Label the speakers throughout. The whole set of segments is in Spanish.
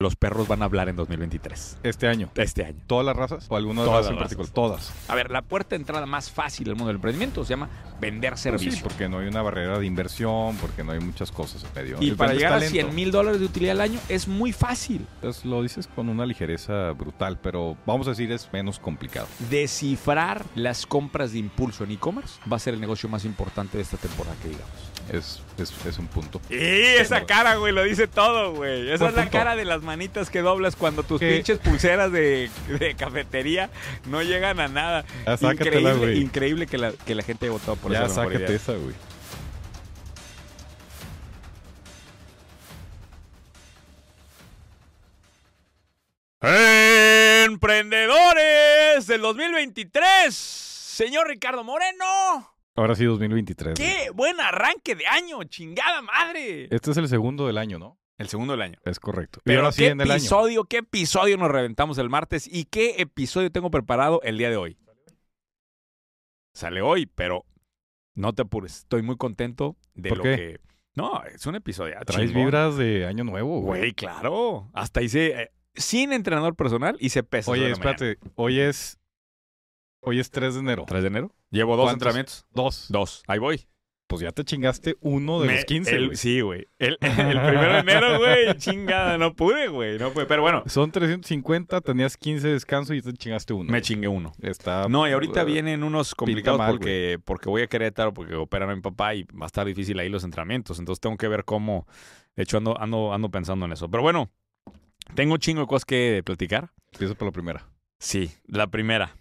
Speaker 1: Los perros van a hablar en 2023.
Speaker 2: Este año.
Speaker 1: Este año.
Speaker 2: ¿Todas las razas o alguna de
Speaker 1: Todas
Speaker 2: las razas en
Speaker 1: las
Speaker 2: particular? Todas.
Speaker 1: A ver, la puerta de entrada más fácil del mundo del emprendimiento se llama vender
Speaker 2: Pues sí,
Speaker 1: servicio.
Speaker 2: porque no hay una barrera de inversión, porque no hay muchas cosas en medio.
Speaker 1: y
Speaker 2: El
Speaker 1: para
Speaker 2: vender
Speaker 1: llegar a
Speaker 2: talento.
Speaker 1: 100 mil dólares de utilidad al año es muy fácil.
Speaker 2: Pues lo dices con una ligereza brutal, pero vamos a decir es menos complicado.
Speaker 1: Descifrar las compras de impulso en e-commerce va a ser el negocio más importante de esta temporada que digamos.
Speaker 2: Es, es, es un punto.
Speaker 1: Y esa cara, güey, lo dice todo, güey. Esa
Speaker 2: Buen
Speaker 1: es la
Speaker 2: punto.
Speaker 1: cara de las manitas que doblas cuando tus
Speaker 2: Que-
Speaker 1: pinches pulseras de, de cafetería no llegan a nada.
Speaker 2: Ah, sácatela,
Speaker 1: increíble,
Speaker 2: güey.
Speaker 1: increíble que la, que la gente haya votado por
Speaker 2: ya
Speaker 1: esa mejor
Speaker 2: sácate
Speaker 1: idea.
Speaker 2: esa, güey.
Speaker 1: Emprendedores del 2023, señor Ricardo Moreno.
Speaker 2: Ahora sí, 2023. güey.
Speaker 1: ¡Qué buen arranque de año! ¡Chingada madre!
Speaker 2: Este es el segundo del año, ¿no?
Speaker 1: El segundo del año.
Speaker 2: Es correcto. y
Speaker 1: Pero
Speaker 2: ahora sí,
Speaker 1: qué
Speaker 2: en el año.
Speaker 1: episodio, qué episodio nos reventamos el martes y qué episodio tengo preparado el día de hoy. Sale hoy, pero no te apures. Estoy muy contento de
Speaker 2: ¿Por
Speaker 1: lo
Speaker 2: qué?
Speaker 1: que. No, es un episodio. ah,
Speaker 2: Traes
Speaker 1: chingón.
Speaker 2: vibras de año nuevo, güey.
Speaker 1: Güey, claro. Hasta hice. eh, sin entrenador personal hice pesas.
Speaker 2: Oye,
Speaker 1: hoy en la mañana.
Speaker 2: espérate. Hoy es. Hoy es 3 de enero.
Speaker 1: ¿3 de enero? Llevo dos
Speaker 2: ¿Cuántos?
Speaker 1: entrenamientos.
Speaker 2: Dos.
Speaker 1: Dos. Ahí voy.
Speaker 2: Pues ya te chingaste uno de
Speaker 1: Me-
Speaker 2: los 15,
Speaker 1: el-
Speaker 2: güey.
Speaker 1: Sí, güey. El, el primero de enero, güey. Chingada, no pude, güey. No pude. Pero bueno,
Speaker 2: Son 350, tenías 15 de descanso y te chingaste uno.
Speaker 1: me
Speaker 2: güey.
Speaker 1: chingué uno.
Speaker 2: Está.
Speaker 1: No, y ahorita
Speaker 2: eh,
Speaker 1: vienen unos complicados
Speaker 2: mal,
Speaker 1: porque, porque voy a Querétaro, porque operan a mi papá y va a estar difícil ahí los entrenamientos. Entonces tengo que ver cómo. De hecho, ando, ando, ando pensando en eso. Pero bueno, tengo un chingo de cosas que platicar.
Speaker 2: Empiezo por la primera.
Speaker 1: Sí, la primera.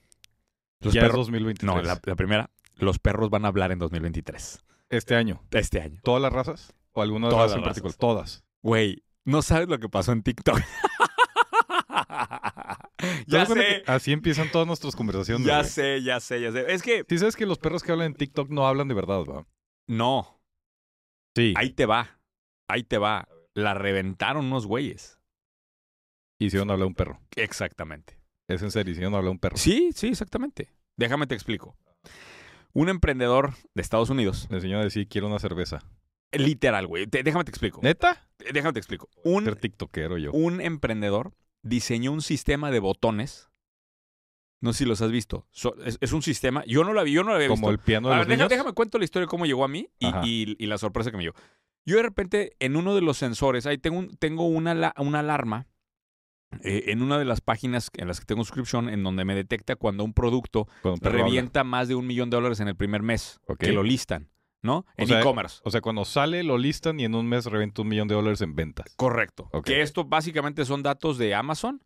Speaker 1: Los
Speaker 2: ya
Speaker 1: perros-
Speaker 2: es 2023.
Speaker 1: No, la, la primera. Los perros van a hablar en 2023.
Speaker 2: Este año.
Speaker 1: Este año.
Speaker 2: ¿Todas las razas? ¿O alguna
Speaker 1: Todas
Speaker 2: raza en
Speaker 1: las
Speaker 2: particular? Todas.
Speaker 1: Güey, no sabes lo que pasó en TikTok.
Speaker 2: ¿Te
Speaker 1: ya
Speaker 2: das cuenta
Speaker 1: sé.
Speaker 2: que Así empiezan todas nuestras conversaciones.
Speaker 1: Ya
Speaker 2: güey?
Speaker 1: sé, ya sé, ya sé. Es que
Speaker 2: Sí, sabes que los perros que hablan en TikTok no hablan de verdad, ¿va?
Speaker 1: no,
Speaker 2: Sí.
Speaker 1: ahí te va. Ahí te va. La reventaron unos güeyes.
Speaker 2: Hicieron hablar un perro.
Speaker 1: Exactamente.
Speaker 2: Es en serio, hicieron hablar un perro.
Speaker 1: Sí, sí, exactamente. Déjame te explico. Un emprendedor de Estados Unidos,
Speaker 2: Le enseñó a decir, quiero una cerveza.
Speaker 1: literal, güey. Te- déjame te explico.
Speaker 2: ¿Neta?
Speaker 1: Déjame te explico.
Speaker 2: Ser
Speaker 1: Un,
Speaker 2: tiktokero yo.
Speaker 1: un emprendedor diseñó un sistema de botones. No sé si los has visto. So- es, es un sistema. Yo no la vi, yo no la había visto.
Speaker 2: Como el piano de
Speaker 1: A
Speaker 2: los
Speaker 1: ver, deja-
Speaker 2: niños.
Speaker 1: déjame cuento la historia de cómo llegó a mí y,
Speaker 2: Ajá.
Speaker 1: y- y la sorpresa que me dio. Yo de repente, en uno de los sensores, ahí tengo, un- tengo una, ala- una alarma eh, en una de las páginas en las que tengo suscripción, en donde me detecta cuando un producto
Speaker 2: Cuando un perro habla.
Speaker 1: revienta más de un millón de dólares en el primer mes,
Speaker 2: Ok.
Speaker 1: que lo listan, ¿no? En
Speaker 2: sea,
Speaker 1: e-commerce.
Speaker 2: O sea, cuando sale, lo listan y en un mes reventa un millón de dólares en ventas.
Speaker 1: Correcto.
Speaker 2: Ok.
Speaker 1: Que esto básicamente son datos de Amazon,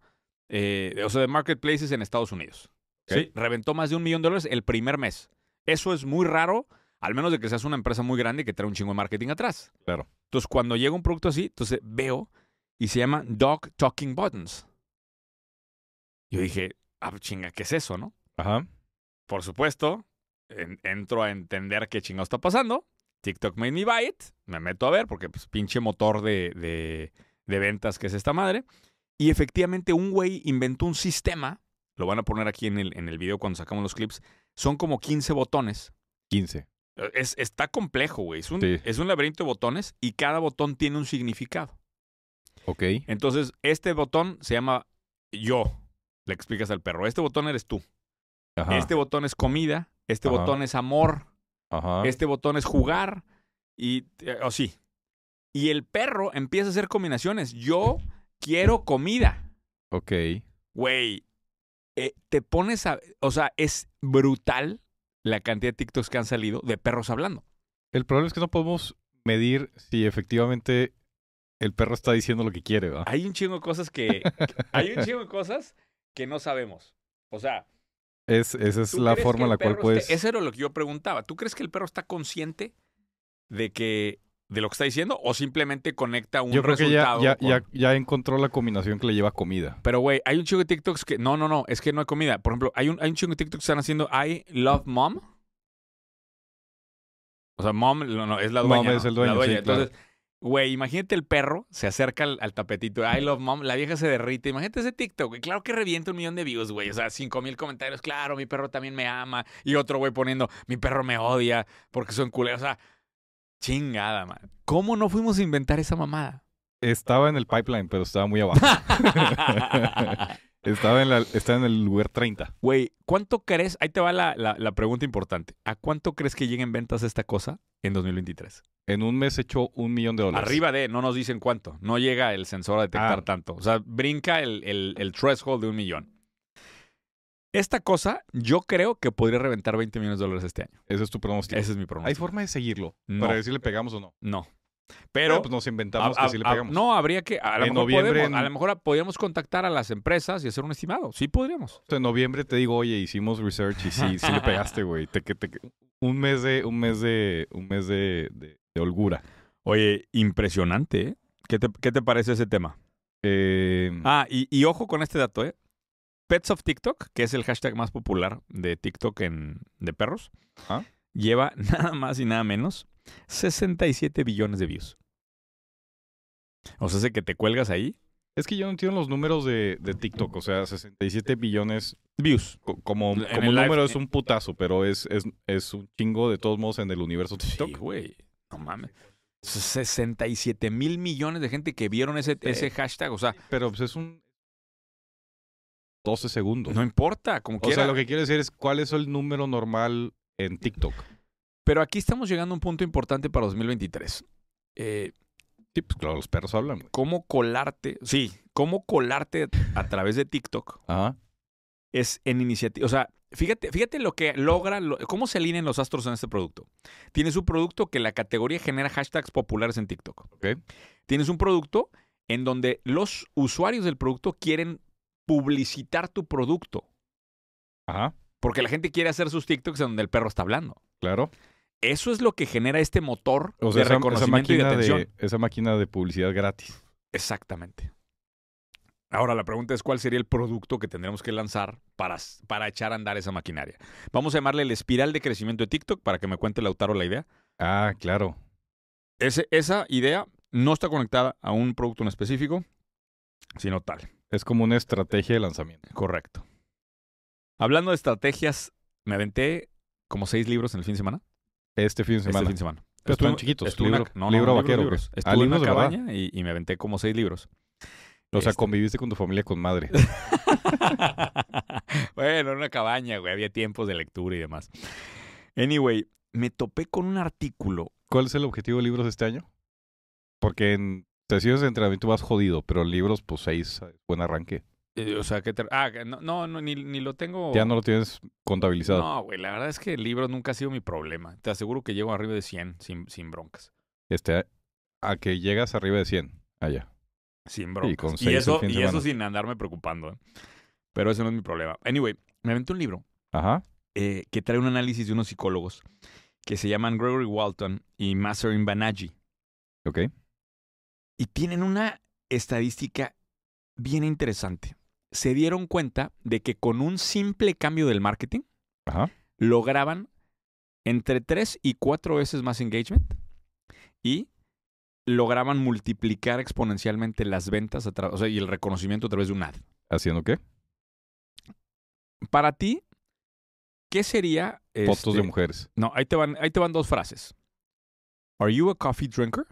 Speaker 1: eh, o sea, de marketplaces en Estados Unidos.
Speaker 2: Ok.
Speaker 1: Sí, Reventó más de un millón de dólares el primer mes. Eso es muy raro, al menos de que seas una empresa muy grande que trae un chingo de marketing atrás.
Speaker 2: Claro.
Speaker 1: Entonces, cuando llega un producto así, entonces veo y se llama Dog Talking Buttons. Yo dije, ah, chinga, ¿qué es eso, no?
Speaker 2: Ajá.
Speaker 1: Por supuesto, en- entro a entender qué chingado está pasando. TikTok made me buy it. Me meto a ver porque pues, pinche motor de, de- de ventas que es esta madre. Y efectivamente un güey inventó un sistema. Lo van a poner aquí en el, en el video cuando sacamos los clips. Son como 15 botones. eh,
Speaker 2: 15.
Speaker 1: Es, está complejo, güey. Es un,
Speaker 2: Sí.
Speaker 1: es un laberinto de botones y cada botón tiene un significado.
Speaker 2: Ok.
Speaker 1: Entonces, este botón se llama yo. Le explicas al perro. Este botón eres tú.
Speaker 2: Ajá.
Speaker 1: Este botón es comida. Este
Speaker 2: Ah. Ajá.
Speaker 1: botón es amor.
Speaker 2: Ajá.
Speaker 1: Este botón es jugar y eh, o sí. Y el perro empieza a hacer combinaciones. Yo quiero comida.
Speaker 2: Ok.
Speaker 1: Güey, eh, te pones a... O sea, es brutal la cantidad de TikToks que han salido de perros hablando.
Speaker 2: El problema es que no podemos medir si efectivamente el perro está diciendo lo que quiere, ¿va?
Speaker 1: Hay un chingo de cosas que... hay un chingo de cosas que no sabemos. O sea...
Speaker 2: Es, esa es
Speaker 1: ¿tú
Speaker 2: la
Speaker 1: crees que
Speaker 2: forma en
Speaker 1: el
Speaker 2: la cual
Speaker 1: perro
Speaker 2: puedes.
Speaker 1: esté- Eso era lo que yo preguntaba. ¿Tú crees que el perro está consciente de que... De lo que está diciendo, o simplemente conecta un
Speaker 2: Yo creo que ya,
Speaker 1: resultado.
Speaker 2: ya,
Speaker 1: con-
Speaker 2: ya, ya encontró la combinación que le lleva comida.
Speaker 1: Pero, güey, hay un chingo de TikToks que. No, no, no, es que no hay comida. Por ejemplo, hay un, hay un chingo de TikToks que están haciendo I love mom. O sea, mom no, no, es la
Speaker 2: Mom
Speaker 1: dueña. ¿no?
Speaker 2: es el dueño,
Speaker 1: La dueña.
Speaker 2: sí, claro.
Speaker 1: Entonces, güey, imagínate el perro se acerca al, al tapetito. I love mom. La vieja se derrite. Imagínate ese TikTok, güey. Claro que revienta un millón de views, güey. O sea, cinco mil comentarios. Claro, mi perro también me ama. Y otro güey poniendo, mi perro me odia porque son culeros. O sea, chingada, man. ¿Cómo no fuimos a inventar esa mamada?
Speaker 2: Estaba en el pipeline, pero estaba muy abajo. estaba, en la, estaba en el lugar 30.
Speaker 1: Güey, ¿cuánto crees? Ahí te va la, la- la pregunta importante. ¿A cuánto crees que lleguen ventas esta cosa en 2023?
Speaker 2: En un mes echó un millón de dólares.
Speaker 1: Arriba de, no nos dicen cuánto. No llega el sensor a detectar
Speaker 2: Pues. Ah.
Speaker 1: tanto. O sea, brinca el, el- el threshold de un millón. Esta cosa, yo creo que podría reventar 20 millones de dólares este año.
Speaker 2: Ese es tu pronóstico.
Speaker 1: Ese es mi pronóstico.
Speaker 2: ¿Hay forma de seguirlo?
Speaker 1: No.
Speaker 2: Para ver si le pegamos o no.
Speaker 1: No.
Speaker 2: Pero
Speaker 1: Pero
Speaker 2: pues nos inventamos
Speaker 1: Ah,
Speaker 2: que sí le
Speaker 1: ah, ah,
Speaker 2: pegamos.
Speaker 1: no, habría que. A lo,
Speaker 2: En
Speaker 1: mejor
Speaker 2: noviembre,
Speaker 1: podemos-
Speaker 2: en-
Speaker 1: a lo mejor podríamos contactar a las empresas y hacer un estimado. Sí, podríamos.
Speaker 2: En noviembre te digo, oye, hicimos research y sí, sí le pegaste, güey. Te, que- te que- un mes de, un mes de, un mes de, de- de holgura.
Speaker 1: Oye, impresionante. ¿eh? ¿Qué te, qué te parece ese tema?
Speaker 2: Eh,
Speaker 1: Ah, y, y ojo con este dato, ¿eh? Pets of TikTok, que es el hashtag más popular de TikTok en, de perros,
Speaker 2: Ajá.
Speaker 1: lleva nada más y nada menos 67 billones de views. O sea, ese que te cuelgas ahí.
Speaker 2: Es que yo no entiendo los números de, de TikTok. O sea, 67 billones
Speaker 1: Views.
Speaker 2: co- como,
Speaker 1: En
Speaker 2: como
Speaker 1: el live- eh.
Speaker 2: número es un putazo, pero es, es, es un chingo de todos modos en el universo TikTok.
Speaker 1: Sí, güey. No mames. 67 mil millones de gente que vieron ese, ese hashtag. O sea,
Speaker 2: Pero pues es un 12 segundos.
Speaker 1: No importa, como
Speaker 2: o sea,
Speaker 1: quiera.
Speaker 2: lo que quiero decir es cuál es el número normal en TikTok.
Speaker 1: Pero aquí estamos llegando a un punto importante para 2023. Eh,
Speaker 2: Sí, pues claro, los perros hablan, güey.
Speaker 1: ¿Cómo colarte? Sí, ¿cómo colarte a través de TikTok?
Speaker 2: Ajá.
Speaker 1: Es en iniciativa. O sea, fíjate, fíjate lo que logra, lo- cómo se alinean los astros en este producto. Tienes un producto que la categoría genera hashtags populares en TikTok.
Speaker 2: Ok.
Speaker 1: Tienes un producto en donde los usuarios del producto quieren publicitar tu producto.
Speaker 2: Ajá.
Speaker 1: Porque la gente quiere hacer sus TikToks en donde el perro está hablando.
Speaker 2: Claro.
Speaker 1: Eso es lo que genera este motor
Speaker 2: O sea,
Speaker 1: de
Speaker 2: esa, esa
Speaker 1: reconocimiento y de
Speaker 2: máquina
Speaker 1: atención.
Speaker 2: de, esa máquina de publicidad gratis.
Speaker 1: Exactamente. Ahora la pregunta es cuál sería el producto que tendremos que lanzar para, para echar a andar esa maquinaria. Vamos a llamarle el espiral de crecimiento de TikTok para que me cuente Lautaro la idea.
Speaker 2: Ah, claro.
Speaker 1: Ese- esa idea no está conectada a un producto en específico, sino tal.
Speaker 2: Es como una estrategia de lanzamiento.
Speaker 1: Correcto. Hablando de estrategias, me aventé como seis libros en el fin de semana.
Speaker 2: Este fin de
Speaker 1: Este
Speaker 2: semana.
Speaker 1: fin de semana.
Speaker 2: Pero
Speaker 1: Estuve-
Speaker 2: están chiquitos.
Speaker 1: estuve en
Speaker 2: libro
Speaker 1: una- no, no,
Speaker 2: libro
Speaker 1: no, libros,
Speaker 2: vaquero.
Speaker 1: libros.
Speaker 2: güey. Ah,
Speaker 1: Estuve en
Speaker 2: libros
Speaker 1: una
Speaker 2: de verdad.
Speaker 1: cabaña y, y me aventé como seis libros.
Speaker 2: O sea,
Speaker 1: Este-
Speaker 2: conviviste con tu familia con madre.
Speaker 1: bueno, en una cabaña, güey. Había tiempos de lectura y demás. Anyway, me topé con un artículo.
Speaker 2: ¿Cuál es el objetivo de libros este año? Porque en sesiones de entrenamiento vas jodido, pero en libros, pues seis, buen arranque.
Speaker 1: eh, o sea, que... te- Ah, que no, no, no, ni, ni lo tengo...
Speaker 2: Ya no lo tienes contabilizado.
Speaker 1: Oh. No, güey. La verdad es que el libro nunca ha sido mi problema. Te aseguro que llego arriba de 100 sin, sin broncas.
Speaker 2: Este, a que llegas arriba de 100. Allá.
Speaker 1: Sin broncas.
Speaker 2: con seis el
Speaker 1: eso,
Speaker 2: fin de
Speaker 1: y eso
Speaker 2: semana.
Speaker 1: sin andarme preocupando. ¿eh? Pero ese no es mi problema. Anyway, me aventé un libro.
Speaker 2: Ajá.
Speaker 1: eh, que trae un análisis de unos psicólogos que se llaman Gregory Walton y Masarin Banaji.
Speaker 2: Ok.
Speaker 1: Y tienen una estadística bien interesante. Se dieron cuenta de que con un simple cambio del marketing
Speaker 2: Ajá.
Speaker 1: lograban entre 3 y 4 veces más engagement y lograban multiplicar exponencialmente las ventas a tra- o sea, y el reconocimiento a través de un ad.
Speaker 2: ¿Haciendo qué?
Speaker 1: Para ti, ¿qué sería...
Speaker 2: Fotos de
Speaker 1: este,
Speaker 2: mujeres.
Speaker 1: No, ahí te van, ahí te van dos frases. Are you a coffee drinker?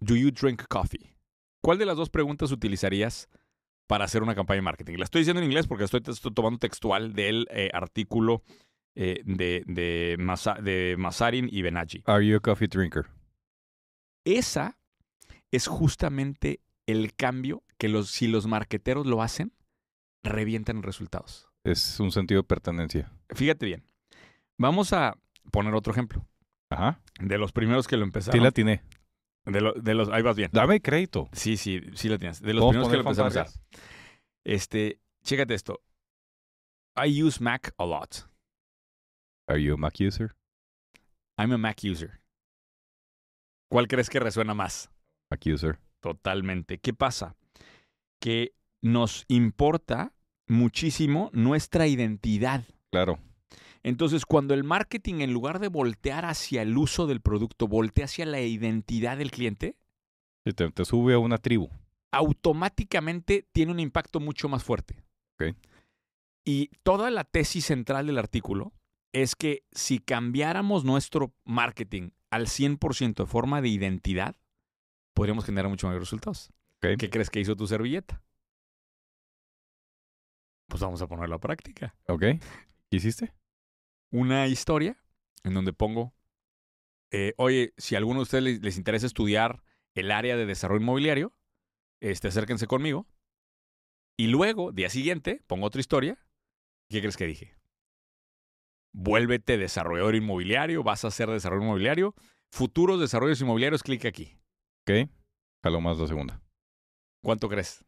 Speaker 1: Do you drink coffee? ¿Cuál de las dos preguntas utilizarías para hacer una campaña de marketing? La estoy diciendo en inglés porque estoy, estoy tomando textual del eh, artículo eh, de, de, Masa- de Masarin y Benaji.
Speaker 2: Are you a coffee drinker?
Speaker 1: Esa es justamente el cambio que los, si los marqueteros lo hacen, revientan en resultados.
Speaker 2: Es un sentido de pertenencia.
Speaker 1: Fíjate bien. Vamos a poner otro ejemplo.
Speaker 2: Ajá.
Speaker 1: De los primeros que lo
Speaker 2: Sí
Speaker 1: empezaron.
Speaker 2: la atiné.
Speaker 1: De, lo- de los, ahí vas bien.
Speaker 2: Dame crédito.
Speaker 1: Sí, sí, sí la tienes. De los
Speaker 2: Podemos
Speaker 1: primeros que lo
Speaker 2: poner
Speaker 1: empezamos a usar.
Speaker 2: fanfarrias.
Speaker 1: Este, chécate esto. I use Mac a lot.
Speaker 2: Are you a Mac user?
Speaker 1: I'm a Mac user. ¿Cuál crees que resuena más?
Speaker 2: Mac user.
Speaker 1: Totalmente. ¿Qué pasa? Que nos importa muchísimo nuestra identidad.
Speaker 2: Claro.
Speaker 1: Entonces, cuando el marketing, en lugar de voltear hacia el uso del producto, voltea hacia la identidad del cliente,
Speaker 2: Sí, te, te sube a una tribu.
Speaker 1: automáticamente tiene un impacto mucho más fuerte.
Speaker 2: Ok.
Speaker 1: Y toda la tesis central del artículo es que si cambiáramos nuestro marketing al 100% de forma de identidad, podríamos generar mucho mayores resultados.
Speaker 2: Ok.
Speaker 1: ¿Qué crees que hizo tu servilleta? Pues vamos a ponerlo a práctica.
Speaker 2: ¿Ok? ¿Qué hiciste?
Speaker 1: Una historia en donde pongo, eh, oye, si a alguno de ustedes les, les interesa estudiar el área de desarrollo inmobiliario, este, acérquense conmigo. Y luego, día siguiente, pongo otra historia. ¿Qué crees que dije? Vuélvete desarrollador inmobiliario, vas a ser desarrollador inmobiliario. Futuros desarrollos inmobiliarios, clic aquí.
Speaker 2: ¿Ok? Jaló más la segunda.
Speaker 1: ¿Cuánto crees?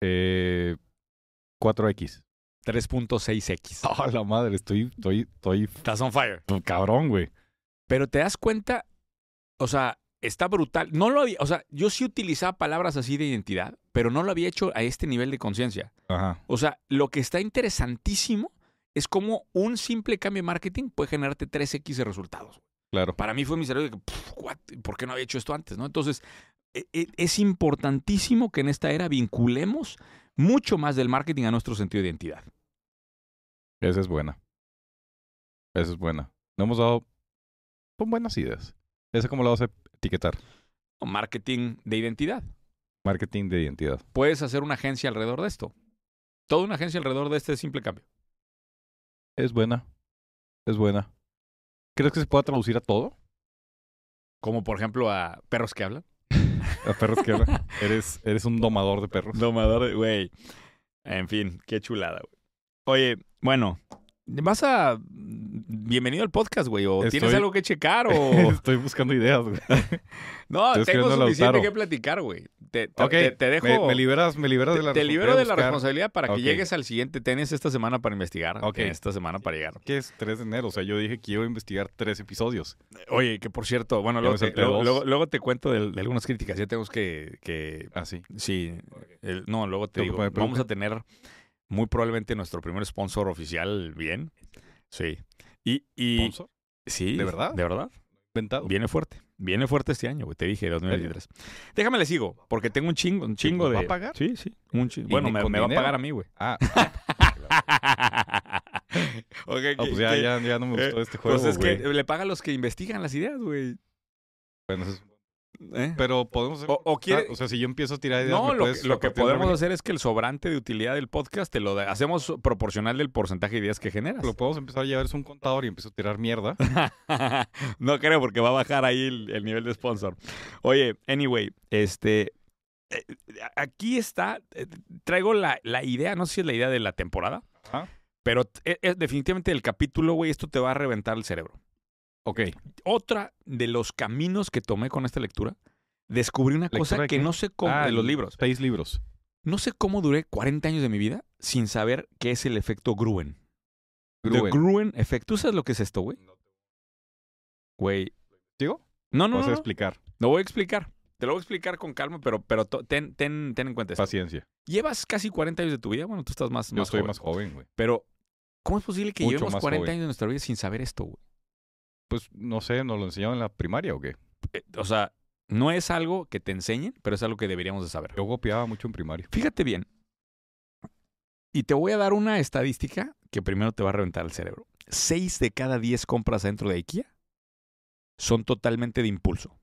Speaker 2: Eh, 4X.
Speaker 1: 3.6x.
Speaker 2: ¡Ah, la madre! Estoy, estoy, estoy f-
Speaker 1: Estás Oh, on fire.
Speaker 2: cabrón, güey.
Speaker 1: Pero te das cuenta, o sea, está brutal. No lo había, o sea, yo sí utilizaba palabras así de identidad, pero no lo había hecho a este nivel de conciencia.
Speaker 2: Ajá.
Speaker 1: O sea, lo que está interesantísimo es cómo un simple cambio de marketing puede generarte 3x de resultados.
Speaker 2: Claro.
Speaker 1: Para mí fue mi cerebro de que, "Pff, what? ¿por qué no había hecho esto antes? ¿no? Entonces, e- e- es importantísimo que en esta era vinculemos mucho más del marketing a nuestro sentido de identidad.
Speaker 2: Esa es buena. Esa es buena. No hemos dado... Son buenas ideas. Esa como la vas a etiquetar.
Speaker 1: O marketing de identidad.
Speaker 2: Marketing de identidad.
Speaker 1: puedes hacer una agencia alrededor de esto. Toda una agencia alrededor de este simple cambio.
Speaker 2: Es buena. Es buena. ¿Crees que se pueda traducir a todo?
Speaker 1: Como por ejemplo a perros que hablan.
Speaker 2: A perros que hablan. eres, eres un domador de perros.
Speaker 1: Domador, güey. En fin, qué chulada, güey. Oye, bueno, vas a... Bienvenido al podcast, güey. O tienes
Speaker 2: Estoy-
Speaker 1: algo que checar o...
Speaker 2: Estoy buscando ideas, güey.
Speaker 1: No,
Speaker 2: Estoy
Speaker 1: tengo
Speaker 2: escribiendo a
Speaker 1: suficiente
Speaker 2: Lautaro.
Speaker 1: que platicar, güey. Te, te-
Speaker 2: Ok,
Speaker 1: te- te dejo...
Speaker 2: Me, me liberas, me liberas de
Speaker 1: te,
Speaker 2: la
Speaker 1: te
Speaker 2: respons-
Speaker 1: libero
Speaker 2: voy a
Speaker 1: de la
Speaker 2: buscar-
Speaker 1: responsabilidad para que
Speaker 2: Ok.
Speaker 1: llegues al siguiente. Tienes esta semana para investigar.
Speaker 2: Ok.
Speaker 1: tienes esta semana para llegar.
Speaker 2: ¿Qué es 3 de enero? O sea, yo dije que iba a investigar tres episodios.
Speaker 1: Oye, que por cierto, bueno,
Speaker 2: Ya
Speaker 1: luego
Speaker 2: me
Speaker 1: te,
Speaker 2: salté
Speaker 1: luego-
Speaker 2: dos.
Speaker 1: luego- luego te cuento de, de algunas críticas. Ya tenemos que- que
Speaker 2: Así.
Speaker 1: Sí, el- no, luego te digo,
Speaker 2: ¿Tengo que poner
Speaker 1: vamos
Speaker 2: peluca?
Speaker 1: a tener muy probablemente nuestro primer sponsor oficial, bien. Sí. Y, y-
Speaker 2: ¿Sponsor?
Speaker 1: sí,
Speaker 2: ¿De verdad?
Speaker 1: De verdad.
Speaker 2: Inventado.
Speaker 1: Viene fuerte. Viene fuerte este año, güey, te dije, 2023. Déjame le sigo, porque tengo un chingo, un chingo
Speaker 2: nos
Speaker 1: de
Speaker 2: va a pagar?
Speaker 1: Sí, sí, un chingo.
Speaker 2: ¿Y
Speaker 1: Bueno,
Speaker 2: ni
Speaker 1: me,
Speaker 2: con
Speaker 1: me va a
Speaker 2: dinero?
Speaker 1: pagar a mí, güey.
Speaker 2: Ah,
Speaker 1: Ok,
Speaker 2: ah, pues
Speaker 1: que-
Speaker 2: ya,
Speaker 1: que-
Speaker 2: ya, ya no me
Speaker 1: eh,
Speaker 2: gustó este juego,
Speaker 1: Pues es que
Speaker 2: güey.
Speaker 1: le paga a los que investigan las ideas, güey.
Speaker 2: Bueno, eso es-
Speaker 1: ¿Eh?
Speaker 2: Pero ah, podemos... hacer-
Speaker 1: O, o quiere-
Speaker 2: O sea, si yo empiezo a tirar ideas,
Speaker 1: No,
Speaker 2: ¿me
Speaker 1: lo
Speaker 2: puedes
Speaker 1: que, lo que
Speaker 2: repartir la
Speaker 1: podemos
Speaker 2: reunión?
Speaker 1: hacer es que el sobrante de utilidad del podcast te lo da- hacemos proporcional del porcentaje de ideas que generas.
Speaker 2: Lo podemos empezar a llevar, es un contador y empiezo a tirar mierda.
Speaker 1: no creo, porque va a bajar ahí el, el nivel de sponsor. Oye, anyway, este. eh, Aquí está, eh, traigo la, la idea, no sé si es la idea de la temporada,
Speaker 2: Ajá.
Speaker 1: pero t- es- es definitivamente el capítulo, güey, esto te va a reventar el cerebro.
Speaker 2: Ok.
Speaker 1: Otra de los caminos que tomé con esta lectura, descubrí una
Speaker 2: ¿Lectura
Speaker 1: cosa
Speaker 2: de
Speaker 1: que
Speaker 2: qué?
Speaker 1: no sé cómo,
Speaker 2: Ah,
Speaker 1: de los libros.
Speaker 2: Seis libros.
Speaker 1: No sé cómo duré 40 años de mi vida sin saber qué es el efecto Gruen.
Speaker 2: Gruen.
Speaker 1: The Gruen Effect. ¿Tú sabes lo que es esto, güey? Güey.
Speaker 2: ¿Digo?
Speaker 1: No, no,
Speaker 2: Vas
Speaker 1: no,
Speaker 2: a
Speaker 1: no.
Speaker 2: explicar.
Speaker 1: Lo voy a explicar. Te lo voy a explicar con calma, pero, pero to- ten, ten- ten en cuenta esto.
Speaker 2: Paciencia.
Speaker 1: Llevas casi 40 años de tu vida. Bueno, tú estás más,
Speaker 2: Yo
Speaker 1: más
Speaker 2: soy
Speaker 1: joven.
Speaker 2: más joven, güey.
Speaker 1: Pero, ¿cómo es posible que
Speaker 2: Mucho
Speaker 1: llevemos
Speaker 2: más
Speaker 1: 40
Speaker 2: joven.
Speaker 1: años de nuestra vida sin saber esto, güey?
Speaker 2: Pues no sé, ¿nos lo enseñaron en la primaria o qué?
Speaker 1: Eh, O sea, no es algo que te enseñen, pero es algo que deberíamos de saber.
Speaker 2: Yo copiaba mucho en primaria.
Speaker 1: Fíjate bien. Y te voy a dar una estadística que primero te va a reventar el cerebro. Seis de cada diez compras dentro de IKEA son totalmente de impulso,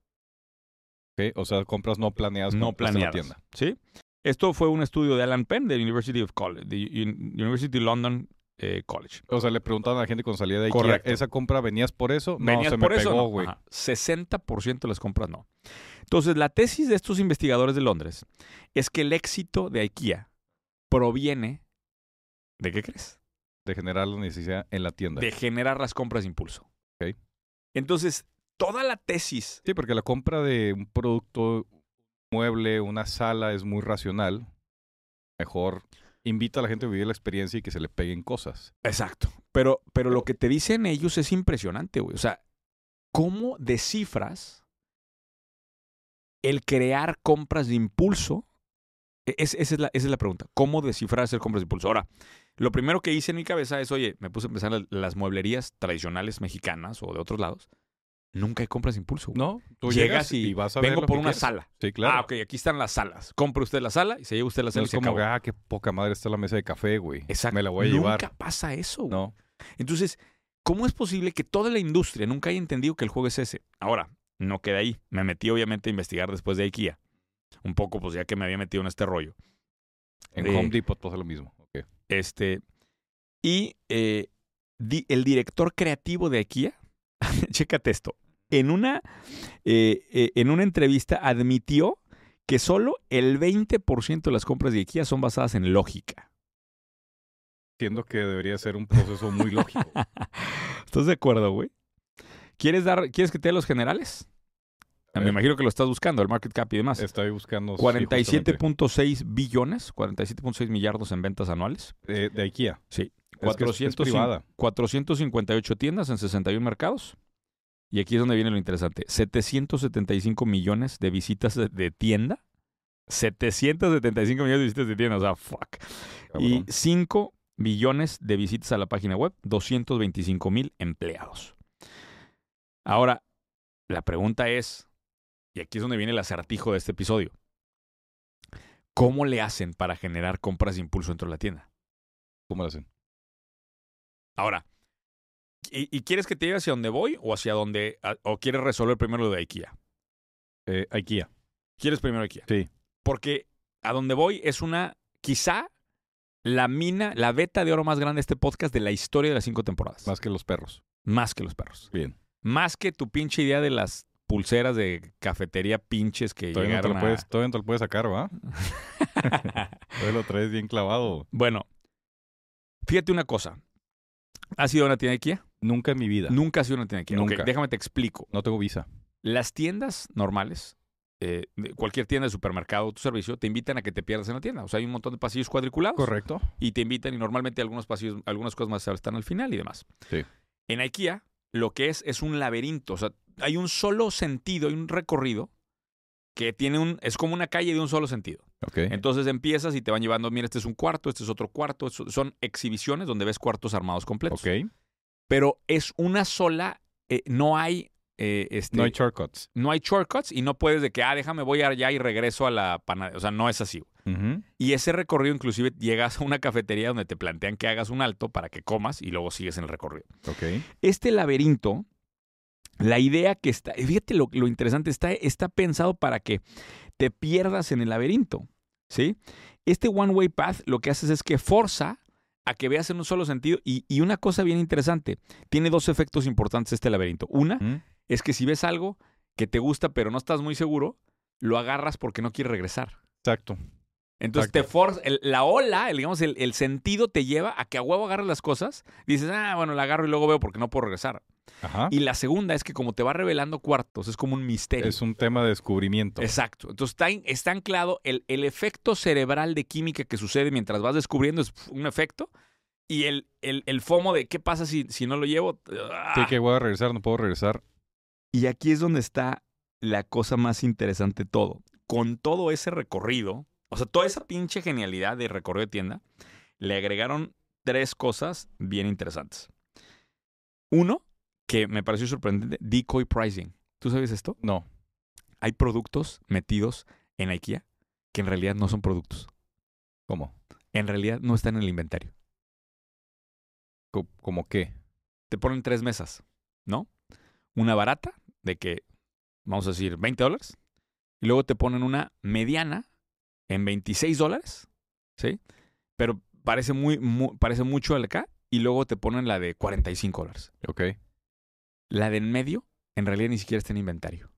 Speaker 2: ¿ok? O sea, compras no planeadas.
Speaker 1: no
Speaker 2: compras en la
Speaker 1: planeadas.
Speaker 2: tienda.
Speaker 1: ¿sí? Esto fue un estudio de Alan Penn de University of College, de Un- University of London eh, College.
Speaker 2: O sea, le preguntaban a la gente cuando salía de Ikea,
Speaker 1: Correcto.
Speaker 2: ¿esa compra venías por eso? No,
Speaker 1: ¿Venías
Speaker 2: se
Speaker 1: por
Speaker 2: me
Speaker 1: eso?
Speaker 2: pegó,
Speaker 1: No.
Speaker 2: güey.
Speaker 1: Ajá. 60% de las compras no. Entonces, la tesis de estos investigadores de Londres es que el éxito de IKEA proviene ¿de qué crees?
Speaker 2: De generar la necesidad en la tienda.
Speaker 1: de generar las compras de impulso.
Speaker 2: Ok.
Speaker 1: Entonces, toda la tesis,
Speaker 2: Sí, porque la compra de un producto, un mueble, una sala es muy racional. Mejor invita a la gente a vivir la experiencia y que se le peguen cosas.
Speaker 1: exacto, pero, pero lo que te dicen ellos es impresionante, güey. O sea, ¿cómo descifras el crear compras de impulso? E- es- esa, es la, esa es la pregunta. ¿Cómo descifrar hacer compras de impulso? Ahora, lo primero que hice en mi cabeza es, oye, me puse a pensar en las mueblerías tradicionales mexicanas o de otros lados. Nunca hay compras de impulso. güey.
Speaker 2: No, tú
Speaker 1: Llegas
Speaker 2: llegas,
Speaker 1: y
Speaker 2: y, vas a ver
Speaker 1: Vengo
Speaker 2: lo
Speaker 1: por
Speaker 2: que
Speaker 1: una
Speaker 2: quieres.
Speaker 1: sala.
Speaker 2: Sí, claro.
Speaker 1: Ah, ok, aquí están las salas. Compre usted la sala y se lleva usted la
Speaker 2: No
Speaker 1: sala y
Speaker 2: es
Speaker 1: se
Speaker 2: como,
Speaker 1: acabó.
Speaker 2: ah, qué poca madre está la mesa de café, güey.
Speaker 1: Exacto.
Speaker 2: Me la voy a
Speaker 1: Nunca
Speaker 2: llevar.
Speaker 1: pasa eso. güey.
Speaker 2: No.
Speaker 1: Entonces, ¿cómo es posible que toda la industria nunca haya entendido que el juego es ese? Ahora, no queda ahí. Me metí obviamente a investigar después de IKEA. Un poco, pues ya que me había metido en este rollo.
Speaker 2: En
Speaker 1: Eh,
Speaker 2: Home Depot pasa lo mismo. Ok.
Speaker 1: Este, y eh, di- el director creativo de IKEA, chécate esto, en una, eh, eh, en una entrevista admitió que solo el 20% de las compras de IKEA son basadas en lógica.
Speaker 2: Entiendo que debería ser un proceso muy lógico.
Speaker 1: ¿Estás de acuerdo, güey? ¿Quieres, dar, ¿Quieres que te dé los generales? Ah,
Speaker 2: A
Speaker 1: Me
Speaker 2: ver.
Speaker 1: imagino que lo estás buscando, el market cap y demás.
Speaker 2: Estaba buscando. sí,
Speaker 1: 47.6 billones, 47.6 millardos en ventas anuales.
Speaker 2: justamente. Eh, de IKEA. Es que es- es
Speaker 1: 400
Speaker 2: privada.
Speaker 1: 458 tiendas en 61 mercados. Y aquí es donde viene lo interesante. 775 millones de visitas de, de tienda. 775 millones de visitas de tienda. O sea, fuck. Y
Speaker 2: Cabrón.
Speaker 1: 5 millones de visitas a la página web. 225 mil empleados. Ahora, la pregunta es, y aquí es donde viene el acertijo de este episodio. ¿Cómo le hacen para generar compras de impulso dentro de la tienda?
Speaker 2: ¿Cómo lo hacen?
Speaker 1: Ahora, ¿y, y quieres que te lleve hacia donde voy o hacia donde, a- o quieres resolver primero lo de IKEA?
Speaker 2: Eh, IKEA.
Speaker 1: ¿Quieres primero IKEA?
Speaker 2: Sí.
Speaker 1: Porque a donde voy es una, quizá, la mina, la beta de oro más grande de este podcast de la historia de las cinco temporadas.
Speaker 2: Más que los perros.
Speaker 1: Más que los perros.
Speaker 2: Bien.
Speaker 1: Más que tu pinche idea de las pulseras de cafetería pinches que
Speaker 2: Todavía no, te
Speaker 1: llegaron
Speaker 2: lo
Speaker 1: a-
Speaker 2: puedes, todavía no te lo puedes sacar, ¿va? Todavía lo traes bien clavado.
Speaker 1: Bueno, fíjate una cosa. ¿Has ido a una tienda de IKEA?
Speaker 2: Nunca en mi vida.
Speaker 1: Nunca has ido a una tienda de IKEA. Ok,
Speaker 2: Nunca.
Speaker 1: déjame te explico.
Speaker 2: No tengo visa.
Speaker 1: Las tiendas normales, eh, de cualquier tienda de supermercado, tu servicio, te invitan a que te pierdas en la tienda. O sea, hay un montón de pasillos cuadriculados
Speaker 2: Correcto.
Speaker 1: y te invitan y normalmente algunos pasillos, algunas cosas más están al final y demás.
Speaker 2: Sí.
Speaker 1: En IKEA, lo que es es un laberinto. O sea, hay un solo sentido, hay un recorrido que tiene un, es como una calle de un solo sentido.
Speaker 2: Ok.
Speaker 1: Entonces empiezas y te van llevando, mira, este es un cuarto, este es otro cuarto. Esto- son exhibiciones donde ves cuartos armados completos.
Speaker 2: ok.
Speaker 1: Pero es una sola, eh, no hay... eh, este,
Speaker 2: No hay shortcuts.
Speaker 1: no hay shortcuts y no puedes de que, ah, déjame, voy allá y regreso a la panadería. O sea, no es así. güey.
Speaker 2: Ujú.
Speaker 1: Y ese recorrido inclusive llegas a una cafetería donde te plantean que hagas un alto para que comas y luego sigues en el recorrido.
Speaker 2: Ok.
Speaker 1: Este laberinto, la idea que está, fíjate lo, lo interesante, está, está pensado para que te pierdas en el laberinto, ¿sí? Este one-way path lo que haces es que forza a que veas en un solo sentido y, y una cosa bien interesante, tiene dos efectos importantes este laberinto. Una,
Speaker 2: Mm.
Speaker 1: es que si ves algo que te gusta pero no estás muy seguro, lo agarras porque no quieres regresar.
Speaker 2: Exacto.
Speaker 1: Entonces te forza, el- la ola, el, digamos, el, el sentido te lleva a que a huevo agarres las cosas, dices, ah, bueno, la agarro y luego veo porque no puedo regresar.
Speaker 2: Ajá.
Speaker 1: Y la segunda es que como te va revelando cuartos, es como un misterio.
Speaker 2: Es un tema de descubrimiento.
Speaker 1: Exacto. Entonces está, en- está anclado el, el efecto cerebral de química que sucede mientras vas descubriendo, es un efecto, y el, el, el FOMO de qué pasa si, si no lo llevo. Ah,
Speaker 2: Sí, que voy a regresar, no puedo regresar.
Speaker 1: Y aquí es donde está la cosa más interesante de todo. Con todo ese recorrido, o sea, toda esa pinche genialidad de recorrido de tienda, le agregaron tres cosas bien interesantes. Uno, que me pareció sorprendente, decoy pricing. ¿Tú sabes esto?
Speaker 2: No.
Speaker 1: Hay productos metidos en IKEA que en realidad no son productos.
Speaker 2: ¿Cómo?
Speaker 1: En realidad no están en el inventario.
Speaker 2: Co- ¿Cómo qué?
Speaker 1: Te ponen tres mesas, ¿no? Una barata, de que, vamos a decir, 20 dólares. Y luego te ponen una mediana en 26 dólares, ¿sí? Pero parece, muy, mu- parece mucho al acá. Y luego te ponen la de 45 dólares.
Speaker 2: Ok.
Speaker 1: La de en medio, en realidad ni siquiera está en inventario.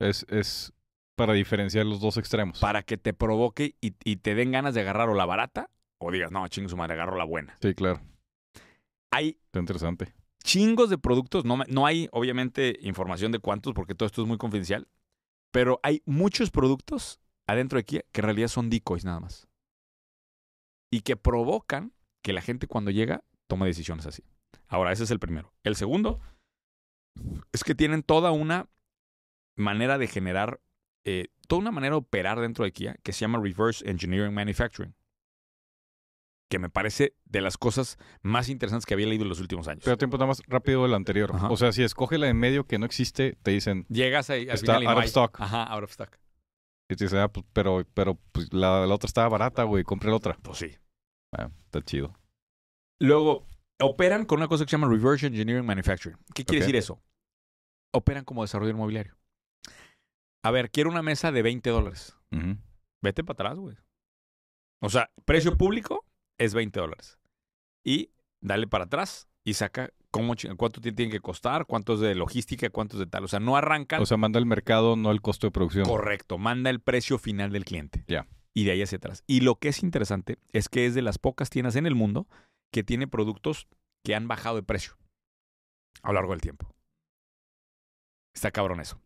Speaker 2: Es, es para diferenciar los dos extremos.
Speaker 1: Para que te provoque y, y te den ganas de agarrar o la barata, o digas, no, chingo su madre, agarro la buena.
Speaker 2: Sí, claro.
Speaker 1: Hay
Speaker 2: Está interesante.
Speaker 1: chingos de productos. No, me- no hay, obviamente, información de cuántos, porque todo esto es muy confidencial. Pero hay muchos productos adentro de Kia que en realidad son decoys nada más. Y que provocan que la gente cuando llega tome decisiones así. Ahora, ese es el primero. El segundo es que tienen toda una manera de generar, eh, toda una manera de operar dentro de Kia que se llama Reverse Engineering Manufacturing. Que me parece de las cosas más interesantes que había leído en los últimos años.
Speaker 2: Pero tiempo nada más rápido del anterior.
Speaker 1: Ajá.
Speaker 2: O sea, si escoge la en medio que no existe, te dicen,
Speaker 1: Llegas ahí al
Speaker 2: Está
Speaker 1: final y no
Speaker 2: out of
Speaker 1: hay.
Speaker 2: stock.
Speaker 1: Ajá, out of stock.
Speaker 2: y te dicen, ah, pues, pero, pero pues, la, la otra estaba barata, güey, compré la otra.
Speaker 1: Pues sí.
Speaker 2: Ah, está chido.
Speaker 1: Luego, operan con una cosa que se llama reverse engineering manufacturing. ¿Qué quiere
Speaker 2: Ok.
Speaker 1: decir eso? operan como desarrollo inmobiliario. A ver, quiero una mesa de 20 dólares.
Speaker 2: Ujú.
Speaker 1: Vete para atrás, güey. O sea, precio público es 20 dólares. Y dale para atrás y saca cómo, chi- cuánto ti- tiene que costar, cuánto es de logística, cuánto es de tal. O sea, no arrancan.
Speaker 2: O sea, manda al mercado, no al costo de producción.
Speaker 1: correcto, manda el precio final del cliente.
Speaker 2: Ya.
Speaker 1: Y de ahí hacia atrás. Y lo que es interesante es que es de las pocas tiendas en el mundo que tiene productos que han bajado de precio a lo largo del tiempo. Está cabrón eso.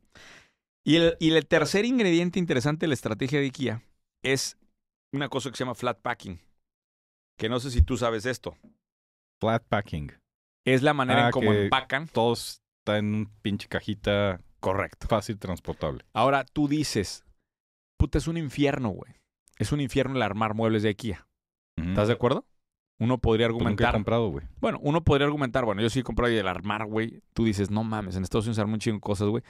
Speaker 1: Y el, y el tercer ingrediente interesante de la estrategia de IKEA es una cosa que se llama flat packing. Que no sé si tú sabes esto.
Speaker 2: Flat packing.
Speaker 1: Es la manera
Speaker 2: Ah,
Speaker 1: en cómo
Speaker 2: que-
Speaker 1: empacan.
Speaker 2: Todo está en un pinche cajita
Speaker 1: Correcto.
Speaker 2: fácil transportable.
Speaker 1: Ahora tú dices, puta, es un infierno, güey. Es un infierno el armar muebles de IKEA.
Speaker 2: Ujú.
Speaker 1: ¿Estás de acuerdo? Uno podría
Speaker 2: Pues nunca he
Speaker 1: argumentar.
Speaker 2: Pues, comprado, güey.
Speaker 1: Bueno, uno podría argumentar, bueno, yo sí he comprado y el armar, güey. Tú dices, no mames, en Estados Unidos se arman un chingo de cosas, güey.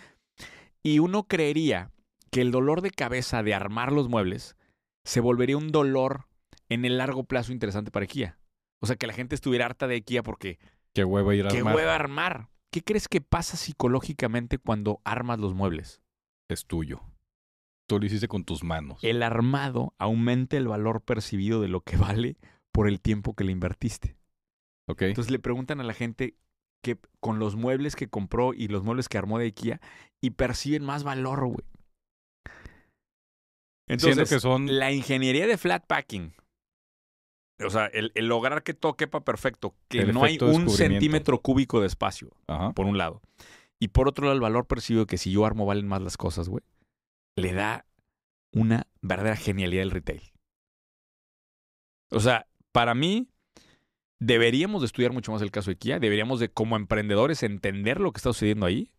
Speaker 1: Y uno creería que el dolor de cabeza de armar los muebles se volvería un dolor en el largo plazo interesante para IKEA. O sea, que la gente estuviera harta de IKEA porque
Speaker 2: Qué hueva ir a
Speaker 1: qué
Speaker 2: armar.
Speaker 1: hueva armar. ¿Qué crees que pasa psicológicamente cuando armas los muebles?
Speaker 2: Es tuyo. Tú lo hiciste con tus manos.
Speaker 1: El armado aumenta el valor percibido de lo que vale por el tiempo que le invertiste.
Speaker 2: ¿Ok?
Speaker 1: Entonces le preguntan a la gente que con los muebles que compró y los muebles que armó de IKEA y perciben más valor, güey.
Speaker 2: Siento
Speaker 1: Entonces,
Speaker 2: que son
Speaker 1: la ingeniería de flat packing, o sea, el, el lograr que todo quepa perfecto, que
Speaker 2: El
Speaker 1: no hay
Speaker 2: efecto
Speaker 1: un
Speaker 2: descubrimiento.
Speaker 1: centímetro cúbico de espacio,
Speaker 2: Ajá.
Speaker 1: por un lado. Y por otro lado, el valor percibido que si yo armo valen más las cosas, güey, le da una verdadera genialidad del retail. O sea, para mí, deberíamos de estudiar mucho más el caso de IKEA, deberíamos de como emprendedores entender lo que está sucediendo ahí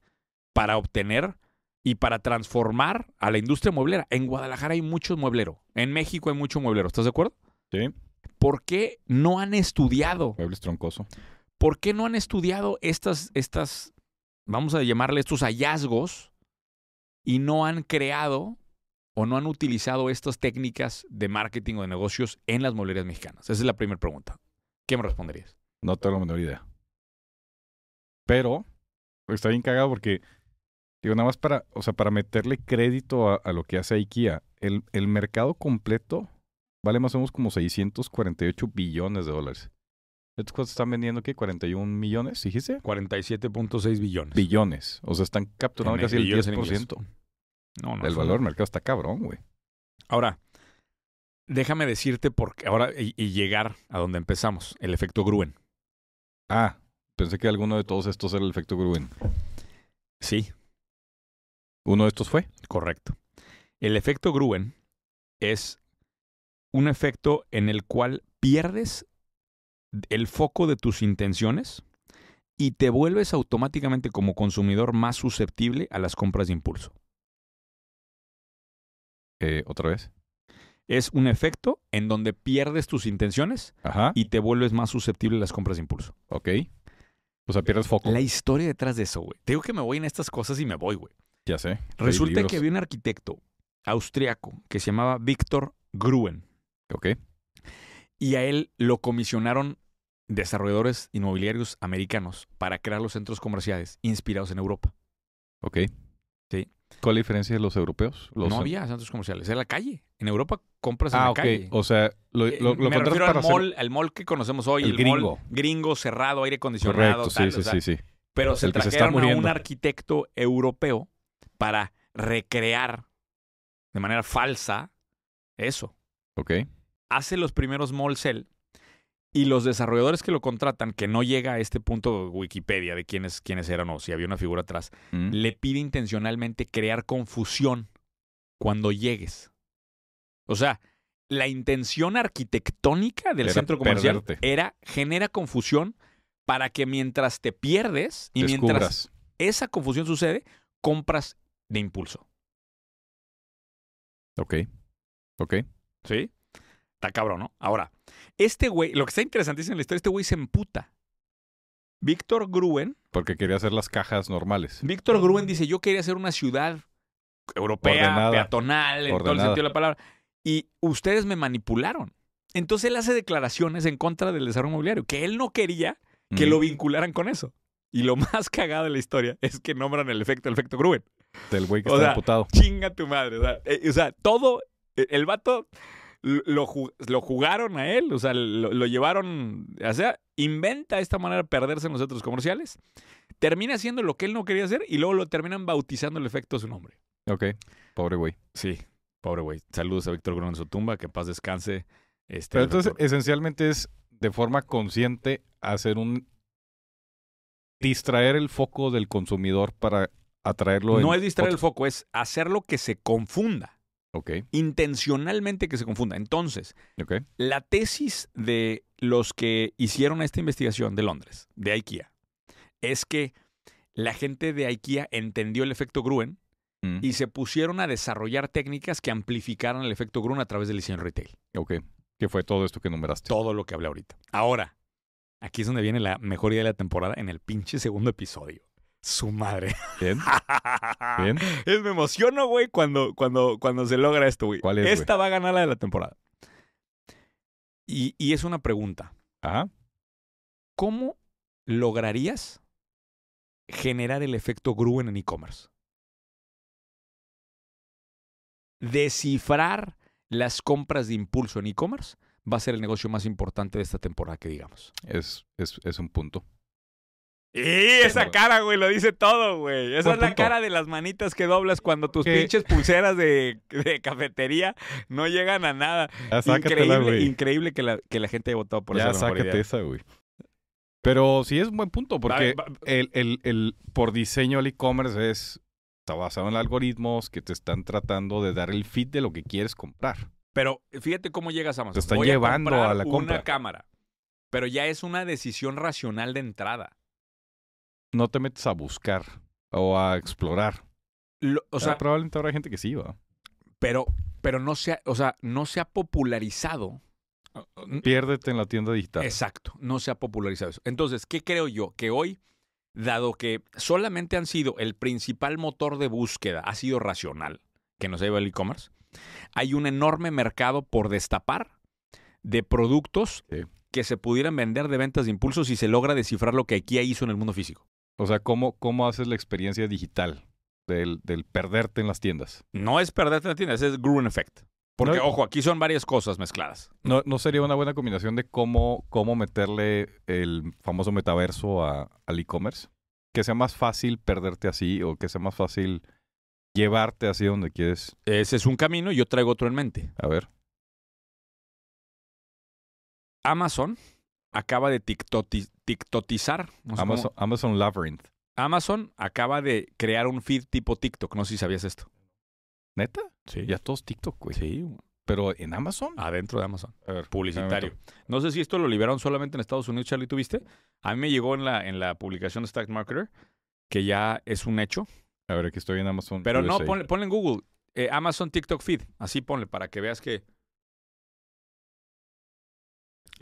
Speaker 1: para obtener y para transformar a la industria mueblera. En Guadalajara hay muchos muebleros, en México hay mucho mueblero, ¿estás de acuerdo?
Speaker 2: Sí.
Speaker 1: ¿Por qué no han estudiado
Speaker 2: Muebles troncoso.
Speaker 1: ¿por qué no han estudiado estas, estas, vamos a llamarle estos hallazgos y no han creado o no han utilizado estas técnicas de marketing o de negocios en las mueblerías mexicanas? Esa es la primera pregunta. ¿Qué me responderías?
Speaker 2: No tengo la menor idea. Pero está bien cagado porque, digo, nada más para, o sea, para meterle crédito a, a lo que hace IKEA, el, el mercado completo vale más o menos como 648 billones de dólares. Estas cosas están vendiendo, ¿qué? ¿41 millones, dijiste?
Speaker 1: 47.6 billones.
Speaker 2: Billones. O sea, están capturando
Speaker 1: En-
Speaker 2: casi el
Speaker 1: billones en
Speaker 2: 10%
Speaker 1: No, no.
Speaker 2: del
Speaker 1: es un-
Speaker 2: valor del mercado. Está cabrón, güey.
Speaker 1: Ahora, déjame decirte por qué- ahora y, y llegar a donde empezamos, el efecto Gruen.
Speaker 2: Ah, pensé que alguno de todos estos era el efecto Gruen.
Speaker 1: Sí,
Speaker 2: ¿Uno de estos fue?
Speaker 1: Correcto. El efecto Gruen es un efecto en el cual pierdes el foco de tus intenciones y te vuelves automáticamente como consumidor más susceptible a las compras de impulso.
Speaker 2: Eh, ¿Otra vez?
Speaker 1: Es un efecto en donde pierdes tus intenciones
Speaker 2: Ajá.
Speaker 1: y te vuelves más susceptible a las compras de impulso.
Speaker 2: Ok. O sea, pierdes foco.
Speaker 1: La historia detrás de eso, güey. Te digo que me voy en estas cosas y me voy, güey.
Speaker 2: Ya sé. Leí
Speaker 1: Resulta
Speaker 2: libros.
Speaker 1: que había un arquitecto austriaco que se llamaba Víctor Gruen.
Speaker 2: Ok.
Speaker 1: Y a él lo comisionaron desarrolladores inmobiliarios americanos para crear los centros comerciales inspirados en Europa.
Speaker 2: Ok.
Speaker 1: Sí.
Speaker 2: ¿Cuál es la diferencia de los europeos? Los-
Speaker 1: no había centros comerciales, era la calle. En Europa compras en
Speaker 2: Ah,
Speaker 1: la
Speaker 2: ok.
Speaker 1: calle.
Speaker 2: O sea, lo,
Speaker 1: Eh,
Speaker 2: lo, lo
Speaker 1: Me
Speaker 2: contratas
Speaker 1: refiero
Speaker 2: para
Speaker 1: al
Speaker 2: hacer-
Speaker 1: mall, al mall que conocemos hoy,
Speaker 2: El
Speaker 1: el, mall
Speaker 2: gringo.
Speaker 1: gringo cerrado, aire acondicionado,
Speaker 2: Correcto,
Speaker 1: tal,
Speaker 2: sí,
Speaker 1: o
Speaker 2: sí,
Speaker 1: sea,
Speaker 2: sí, sí.
Speaker 1: pero se
Speaker 2: El que se está
Speaker 1: trajeron a un
Speaker 2: muriendo.
Speaker 1: arquitecto europeo para recrear de manera falsa eso.
Speaker 2: Ok.
Speaker 1: hace los primeros mall sell y los desarrolladores que lo contratan, que no llega a este punto Wikipedia de quiénes, quiénes eran o si había una figura atrás,
Speaker 2: Mm.
Speaker 1: le pide intencionalmente crear confusión cuando llegues. O sea, la intención arquitectónica del
Speaker 2: Era
Speaker 1: centro comercial
Speaker 2: perderte.
Speaker 1: era genera confusión para que mientras te pierdes y mientras
Speaker 2: Descubras.
Speaker 1: esa confusión sucede, compras de impulso.
Speaker 2: Ok. Ok.
Speaker 1: ¿Sí? Está cabrón, ¿no? Ahora, este güey, lo que está interesantísimo en la historia, este güey se emputa. Víctor Gruen,
Speaker 2: Porque quería hacer las cajas normales.
Speaker 1: Víctor Gruen dice, yo quería hacer una ciudad europea,
Speaker 2: Ordenada.
Speaker 1: peatonal, en todo el
Speaker 2: Ordenada.
Speaker 1: sentido de la palabra, y ustedes me manipularon. Entonces él hace declaraciones en contra del desarrollo inmobiliario, que él no quería que
Speaker 2: Mm.
Speaker 1: lo vincularan con eso. Y lo más cagado de la historia es que nombran el efecto, el efecto Gruen.
Speaker 2: Del güey que
Speaker 1: O
Speaker 2: está
Speaker 1: sea,
Speaker 2: emputado.
Speaker 1: Chinga tu madre. O sea, eh, o sea, todo, eh, el vato l- lo, ju- lo jugaron a él, o sea, lo, lo llevaron, o sea, inventa esta manera de perderse en los centros comerciales, termina haciendo lo que él no quería hacer y luego lo terminan bautizando el efecto a su nombre.
Speaker 2: Ok. Pobre güey.
Speaker 1: Sí, pobre güey. Saludos a Víctor Gruen en su tumba, que en paz descanse. Este,
Speaker 2: Pero
Speaker 1: el
Speaker 2: entonces,
Speaker 1: doctor.
Speaker 2: esencialmente es de forma consciente hacer un. distraer el foco del consumidor para atraerlo.
Speaker 1: eh, no
Speaker 2: en
Speaker 1: es distraer el
Speaker 2: otro-
Speaker 1: foco, es hacerlo que se confunda,
Speaker 2: Ok,
Speaker 1: intencionalmente que se confunda. Entonces,
Speaker 2: ok.
Speaker 1: La tesis de los que hicieron esta investigación de Londres, de IKEA, es que la gente de IKEA entendió el efecto Gruen
Speaker 2: Mm,
Speaker 1: y se pusieron a desarrollar técnicas que amplificaran el efecto Gruen a través del diseño retail.
Speaker 2: Ok. Que fue todo esto que numeraste.
Speaker 1: Todo lo que hablé ahorita. Ahora, aquí es donde viene la mejor idea de la temporada en el pinche segundo episodio. Su madre.
Speaker 2: Bien, bien.
Speaker 1: Es- me emociono, güey, cuando, cuando, cuando se logra esto, güey.
Speaker 2: ¿Cuál es, güey?
Speaker 1: Esta va a ganar la de la temporada. Y- y es una pregunta.
Speaker 2: Ajá.
Speaker 1: ¿cómo lograrías generar el efecto Gruen en e-commerce? Descifrar las compras de impulso en e-commerce va a ser el negocio más importante de esta temporada que digamos.
Speaker 2: Es, es, es un punto.
Speaker 1: Y esa
Speaker 2: Bueno.
Speaker 1: cara, güey, lo dice todo, güey. Esa
Speaker 2: Buen
Speaker 1: es la
Speaker 2: punto.
Speaker 1: cara de las manitas que doblas cuando tus
Speaker 2: Que-
Speaker 1: pinches pulseras de, de cafetería no llegan a nada.
Speaker 2: Ya sácatela,
Speaker 1: Increíble,
Speaker 2: güey.
Speaker 1: increíble que la, que la gente haya votado por
Speaker 2: Ya
Speaker 1: esa mejor
Speaker 2: sácate
Speaker 1: idea.
Speaker 2: esa, güey. Pero sí es un buen punto, porque
Speaker 1: Va- va-
Speaker 2: el, el, el, por diseño el e-commerce es está basado en algoritmos que te están tratando de dar el feed de lo que quieres comprar.
Speaker 1: Pero eh, fíjate cómo llegas a Amazon.
Speaker 2: Te están
Speaker 1: Voy a
Speaker 2: llevando
Speaker 1: comprar
Speaker 2: a la compra.
Speaker 1: Una cámara. Pero ya es una decisión racional de entrada.
Speaker 2: No te metes a buscar o a explorar.
Speaker 1: Lo-
Speaker 2: Ah,
Speaker 1: o sea,
Speaker 2: probablemente habrá gente que sí va.
Speaker 1: pero, pero no se ha, o sea, no se ha popularizado.
Speaker 2: Piérdete en la tienda digital.
Speaker 1: Exacto, no se ha popularizado eso. Entonces, ¿qué creo yo? Que hoy, dado que solamente han sido el principal motor de búsqueda, ha sido racional, que nos lleva el e-commerce, hay un enorme mercado por destapar de productos
Speaker 2: Sí.
Speaker 1: que se pudieran vender de ventas de impulso si se logra descifrar lo que IKEA hizo en el mundo físico.
Speaker 2: O sea, ¿cómo, cómo haces la experiencia digital del, del perderte en las tiendas?
Speaker 1: No es perderte la tienda, ese es Gruen Effect. Porque,
Speaker 2: No-
Speaker 1: ojo, aquí son varias cosas mezcladas.
Speaker 2: No, no sería una buena combinación de cómo, cómo meterle el famoso metaverso a- al e-commerce. Que sea más fácil perderte así o que sea más fácil llevarte así donde quieres.
Speaker 1: Ese es un camino, yo traigo otro en mente.
Speaker 2: A ver.
Speaker 1: Amazon acaba de tiktoti- tiktotizar. no sé cómo-
Speaker 2: Amazon, Amazon Labyrinth.
Speaker 1: Amazon acaba de crear un feed tipo TikTok. No sé si sabías esto.
Speaker 2: ¿Neta?
Speaker 1: Sí.
Speaker 2: Ya todos TikTok, güey.
Speaker 1: Sí,
Speaker 2: Pero en Amazon.
Speaker 1: adentro de Amazon.
Speaker 2: A ver,
Speaker 1: Publicitario. No sé si esto lo liberaron solamente en Estados Unidos, Charlie, ¿tuviste? A mí me llegó en la, en la publicación de Stack Marketer, que ya es un hecho.
Speaker 2: A ver, aquí estoy en Amazon.
Speaker 1: Pero no,
Speaker 2: USA.
Speaker 1: ponle, ponle en Google. eh, Amazon TikTok Feed. Así ponle para que veas que.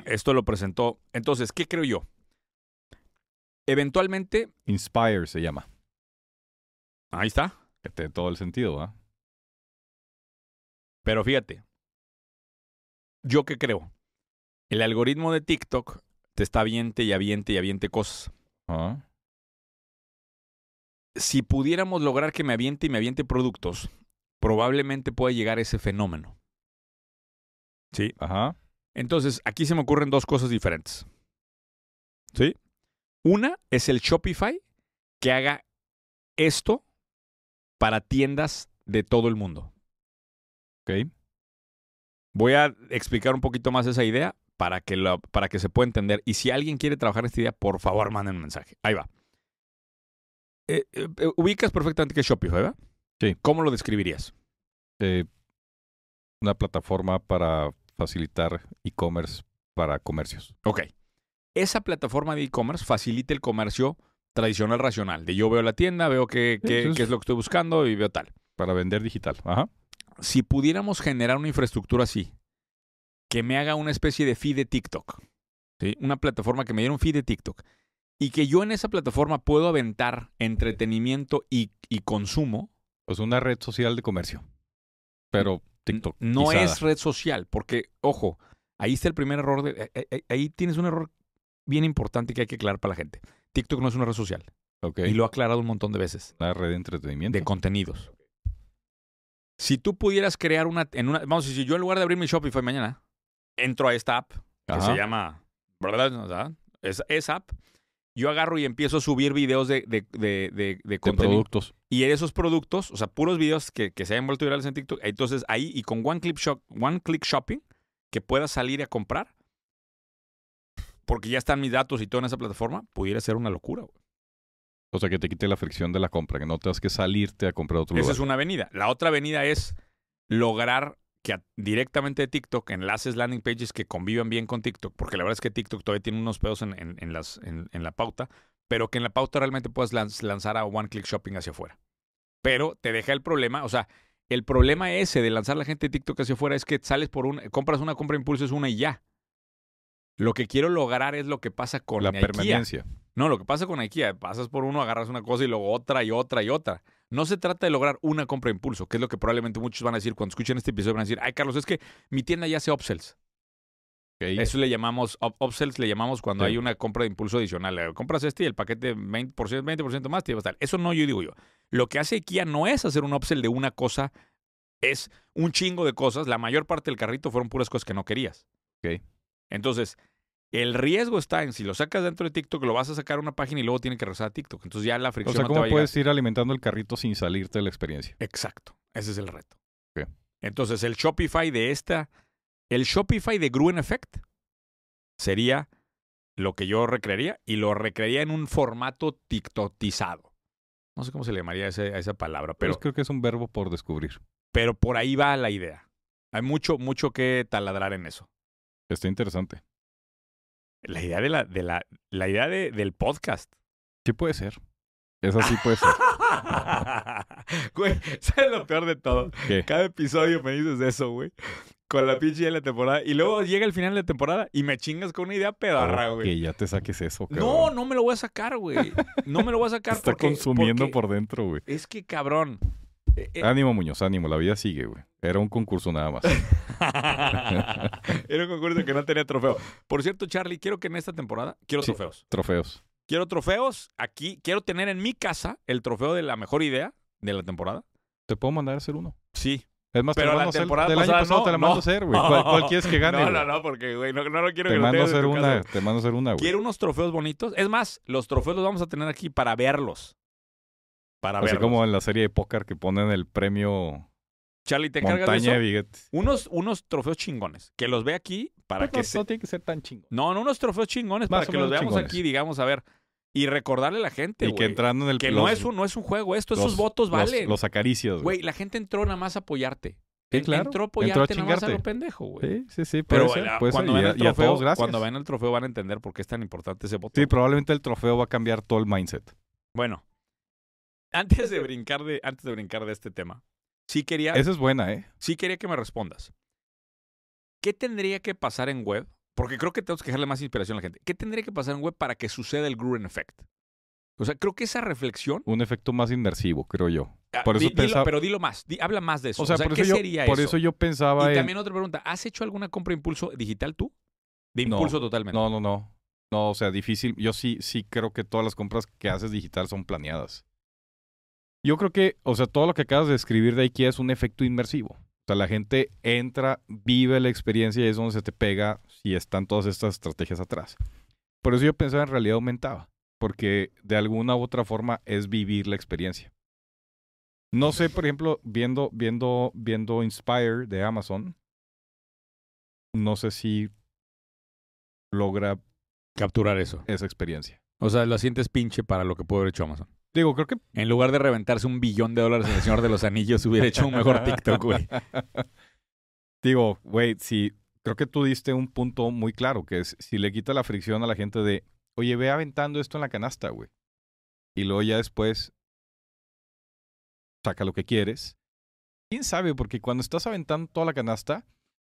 Speaker 1: Esto lo presentó. Entonces, ¿qué creo yo? Eventualmente.
Speaker 2: Inspire se llama.
Speaker 1: Ahí está.
Speaker 2: Que tiene todo el sentido, ¿ah?
Speaker 1: Pero fíjate. ¿Yo qué creo? El algoritmo de TikTok te está aviente y aviente y aviente cosas.
Speaker 2: Ajá.
Speaker 1: Si pudiéramos lograr que me aviente y me aviente productos, probablemente pueda llegar ese fenómeno. Sí.
Speaker 2: Ajá.
Speaker 1: Entonces, aquí se me ocurren dos cosas diferentes. ¿Sí? Una es el Shopify que haga esto para tiendas de todo el mundo.
Speaker 2: Ok.
Speaker 1: Voy a explicar un poquito más esa idea para que, lo- para que se pueda entender. Y si alguien quiere trabajar esta idea, por favor, manden un mensaje. Ahí va. Eh, eh, eh, ubicas perfectamente que es Shopify, ¿verdad?
Speaker 2: Sí.
Speaker 1: ¿Cómo lo describirías?
Speaker 2: eh, una plataforma para facilitar e-commerce para comercios.
Speaker 1: Ok. Esa plataforma de e-commerce facilita el comercio tradicional racional. De yo veo la tienda, veo qué,
Speaker 2: Sí,
Speaker 1: qué-
Speaker 2: eso es-
Speaker 1: qué es lo que estoy buscando y veo tal.
Speaker 2: Para vender digital. Ajá.
Speaker 1: Si pudiéramos generar una infraestructura así, que me haga una especie de feed de TikTok, ¿sí? una plataforma que me diera un feed de TikTok, y que yo en esa plataforma puedo aventar entretenimiento y, y consumo,
Speaker 2: Es una red social de comercio.
Speaker 1: Mm,
Speaker 2: Pero TikTok.
Speaker 1: no es red social, porque, ojo, ahí está el primer error, de- eh, eh, eh, ahí tienes un error bien importante que hay que aclarar para la gente. TikTok no es una red social.
Speaker 2: Ok.
Speaker 1: Y lo ha aclarado un montón de veces.
Speaker 2: La red de entretenimiento.
Speaker 1: De contenidos. Si tú pudieras crear una, en una. Vamos, si yo en lugar de abrir mi Shopify mañana, entro a esta app que
Speaker 2: Ajá.
Speaker 1: se llama. ¿Verdad? O sea, Es, es app. Yo agarro y empiezo a subir videos de, de, de, de, de
Speaker 2: De
Speaker 1: contenido.
Speaker 2: productos.
Speaker 1: Y esos productos, o sea, puros videos que, que se hayan vuelto virales en TikTok. Entonces ahí y con One Click, Shop, One Click Shopping, que pueda salir a comprar, porque ya están mis datos y todo en esa plataforma, pudiera ser una locura. güey.
Speaker 2: O sea, que te quite la fricción de la compra, que no tengas que salirte a comprar a otro
Speaker 1: Esa
Speaker 2: lugar.
Speaker 1: es una avenida. La otra avenida es lograr que a- directamente de TikTok enlaces landing pages que convivan bien con TikTok, porque la verdad es que TikTok todavía tiene unos pedos en, en- en las, en, en la pauta, pero que en la pauta realmente puedas lanz- lanzar a One Click Shopping hacia afuera. Pero te deja el problema, o sea, el problema ese de lanzar a la gente de TikTok hacia afuera es que sales por una, compras una compra de impulso, es una y ya. Lo que quiero lograr es lo que pasa con
Speaker 2: la
Speaker 1: IKEA.
Speaker 2: permanencia.
Speaker 1: No, lo que pasa con IKEA, pasas por uno, agarras una cosa y luego otra y otra y otra. No se trata de lograr una compra de impulso, que es lo que probablemente muchos van a decir cuando escuchen este episodio, van a decir, ay Carlos, es que mi tienda ya hace upsells.
Speaker 2: Ok.
Speaker 1: Eso le llamamos, up- upsells le llamamos cuando
Speaker 2: Sí.
Speaker 1: hay una compra de impulso adicional. Eh, Compras este y el paquete 20%, 20% más te va a estar. Eso no yo digo yo. Lo que hace IKEA no es hacer un upsell de una cosa, es un chingo de cosas. La mayor parte del carrito fueron puras cosas que no querías.
Speaker 2: Ok.
Speaker 1: Entonces, el riesgo está en si lo sacas dentro de TikTok, lo vas a sacar a una página y luego tiene que regresar a TikTok. Entonces ya la
Speaker 2: O
Speaker 1: fricción
Speaker 2: sea,
Speaker 1: no
Speaker 2: ¿cómo
Speaker 1: te va a llegar.
Speaker 2: puedes ir alimentando el carrito sin salirte de la experiencia?
Speaker 1: Exacto. Ese es el reto.
Speaker 2: Ok.
Speaker 1: Entonces, el Shopify de esta, el Shopify de Gruen Effect sería lo que yo recrearía y lo recrearía en un formato tiktotizado. No sé cómo se le llamaría ese- a esa palabra,
Speaker 2: Pero
Speaker 1: pero,
Speaker 2: creo que es un verbo por descubrir.
Speaker 1: pero por ahí va la idea. Hay mucho, mucho que taladrar en eso.
Speaker 2: Está interesante.
Speaker 1: La idea de la, de la, la idea de- del podcast.
Speaker 2: Sí puede ser. Esa sí puede ser.
Speaker 1: Güey, ¿sabes lo peor de todo?
Speaker 2: ¿Qué?
Speaker 1: Cada episodio me dices eso, güey. Con la pinche idea de la temporada. Y luego llega el final de la temporada y me chingas con una idea pedarra,
Speaker 2: Oh,
Speaker 1: güey.
Speaker 2: que ya te saques eso,
Speaker 1: No,
Speaker 2: cabrón.
Speaker 1: no me lo voy a sacar, güey. No me lo voy a
Speaker 2: Te
Speaker 1: sacar
Speaker 2: está
Speaker 1: porque-
Speaker 2: consumiendo
Speaker 1: porque
Speaker 2: por dentro, güey.
Speaker 1: Es que, cabrón. eh, eh,
Speaker 2: Ánimo, Muñoz, ánimo. La vida sigue, güey. Era un concurso nada más. Ah.
Speaker 1: Era un concurso que no tenía trofeo. Por cierto, Charlie, quiero que en esta temporada quiero
Speaker 2: Sí.
Speaker 1: trofeos.
Speaker 2: Trofeos.
Speaker 1: Quiero trofeos aquí. Quiero tener en mi casa el trofeo de la mejor idea de la temporada.
Speaker 2: ¿Te puedo mandar a hacer uno?
Speaker 1: Sí,
Speaker 2: Es más,
Speaker 1: Pero
Speaker 2: te lo
Speaker 1: la
Speaker 2: mando a hacer.
Speaker 1: temporada
Speaker 2: Del año
Speaker 1: pasada
Speaker 2: pasado
Speaker 1: no,
Speaker 2: te la mando
Speaker 1: no.
Speaker 2: a hacer, güey. ¿Cuál, cuál quieres que gane?
Speaker 1: No,
Speaker 2: güey?
Speaker 1: no, no, porque, güey, no, no lo quiero
Speaker 2: Te
Speaker 1: que
Speaker 2: mando
Speaker 1: lo
Speaker 2: a
Speaker 1: tengas en
Speaker 2: hacer
Speaker 1: tu casa.
Speaker 2: una, te mando a hacer una, güey.
Speaker 1: Quiero unos trofeos bonitos. Es más, los trofeos los vamos a tener aquí para verlos. Para
Speaker 2: Así
Speaker 1: verlos.
Speaker 2: como en la serie de póker que ponen el premio
Speaker 1: Charlie, te encargas de
Speaker 2: Montaña de
Speaker 1: eso.
Speaker 2: Billetes.
Speaker 1: Unos, unos trofeos chingones. Que los ve aquí para
Speaker 2: Pues
Speaker 1: que
Speaker 2: no,
Speaker 1: se.
Speaker 2: no tiene que ser tan chingo.
Speaker 1: No, no, unos trofeos chingones
Speaker 2: Más
Speaker 1: para
Speaker 2: o
Speaker 1: que los
Speaker 2: menos
Speaker 1: veamos
Speaker 2: chingones.
Speaker 1: aquí, digamos, a ver. Y recordarle a la gente,
Speaker 2: Y que
Speaker 1: güey. Que,
Speaker 2: entrando en el
Speaker 1: no,
Speaker 2: los-
Speaker 1: es un, no es un juego esto, esos
Speaker 2: los-
Speaker 1: votos
Speaker 2: los-
Speaker 1: valen.
Speaker 2: Los, acaricias, güey.
Speaker 1: Güey, la gente entró nada más a apoyarte.
Speaker 2: Sí,
Speaker 1: En-
Speaker 2: claro.
Speaker 1: Entró a
Speaker 2: Entró
Speaker 1: apoyarte
Speaker 2: a
Speaker 1: nada más a
Speaker 2: chingarte.
Speaker 1: lo pendejo, güey.
Speaker 2: Sí, sí, sí. Puede
Speaker 1: Pero
Speaker 2: ser,
Speaker 1: la-
Speaker 2: puede ser.
Speaker 1: cuando,
Speaker 2: Y
Speaker 1: ven
Speaker 2: a-
Speaker 1: el
Speaker 2: y a
Speaker 1: trofeo,
Speaker 2: todos, gracias.
Speaker 1: cuando ven el trofeo van a entender por qué es tan importante ese voto.
Speaker 2: Sí, probablemente el trofeo va a cambiar todo el mindset.
Speaker 1: Bueno, antes de brincar de, antes de brincar de este tema, sí quería,
Speaker 2: Esa es buena, ¿eh?
Speaker 1: sí quería que me respondas. ¿Qué tendría que pasar en web? Porque creo que tenemos que dejarle más inspiración a la gente. ¿Qué tendría que pasar en web para que suceda el Gruen Effect? O sea, creo que esa reflexión.
Speaker 2: Un efecto más inmersivo, creo yo.
Speaker 1: ah,
Speaker 2: Por eso
Speaker 1: di- dilo-
Speaker 2: pensaba-
Speaker 1: pero dilo más, di- habla más de eso.
Speaker 2: O sea, por,
Speaker 1: ¿qué
Speaker 2: eso yo,
Speaker 1: sería
Speaker 2: por
Speaker 1: eso?
Speaker 2: eso yo pensaba
Speaker 1: y
Speaker 2: en...
Speaker 1: también otra pregunta, ¿has hecho alguna compra de impulso digital tú? De
Speaker 2: No,
Speaker 1: impulso totalmente.
Speaker 2: No, no, no. No, o sea, difícil. Yo sí, sí creo que todas las compras que haces digital son planeadas. Yo creo que, o sea, todo lo que acabas de describir de IKEA es un efecto inmersivo. O sea, la gente entra, vive la experiencia y es donde se te pega si están todas estas estrategias atrás. Por eso yo pensaba en realidad aumentaba, porque de alguna u otra forma es vivir la experiencia. No sé, por ejemplo, viendo, viendo, viendo Inspire de Amazon, no sé si logra
Speaker 1: Capturar eso.
Speaker 2: esa experiencia.
Speaker 1: O sea, lo sientes pinche para lo que puede haber hecho Amazon.
Speaker 2: Digo, creo que
Speaker 1: En lugar de reventarse un billón de dólares en el Señor de los Anillos, hubiera hecho un mejor TikTok, güey.
Speaker 2: Digo, güey, sí, creo que tú diste un punto muy claro, que es si le quita la fricción a la gente de, oye, ve aventando esto en la canasta, güey. Y luego ya después saca lo que quieres. ¿Quién sabe? Porque cuando estás aventando toda la canasta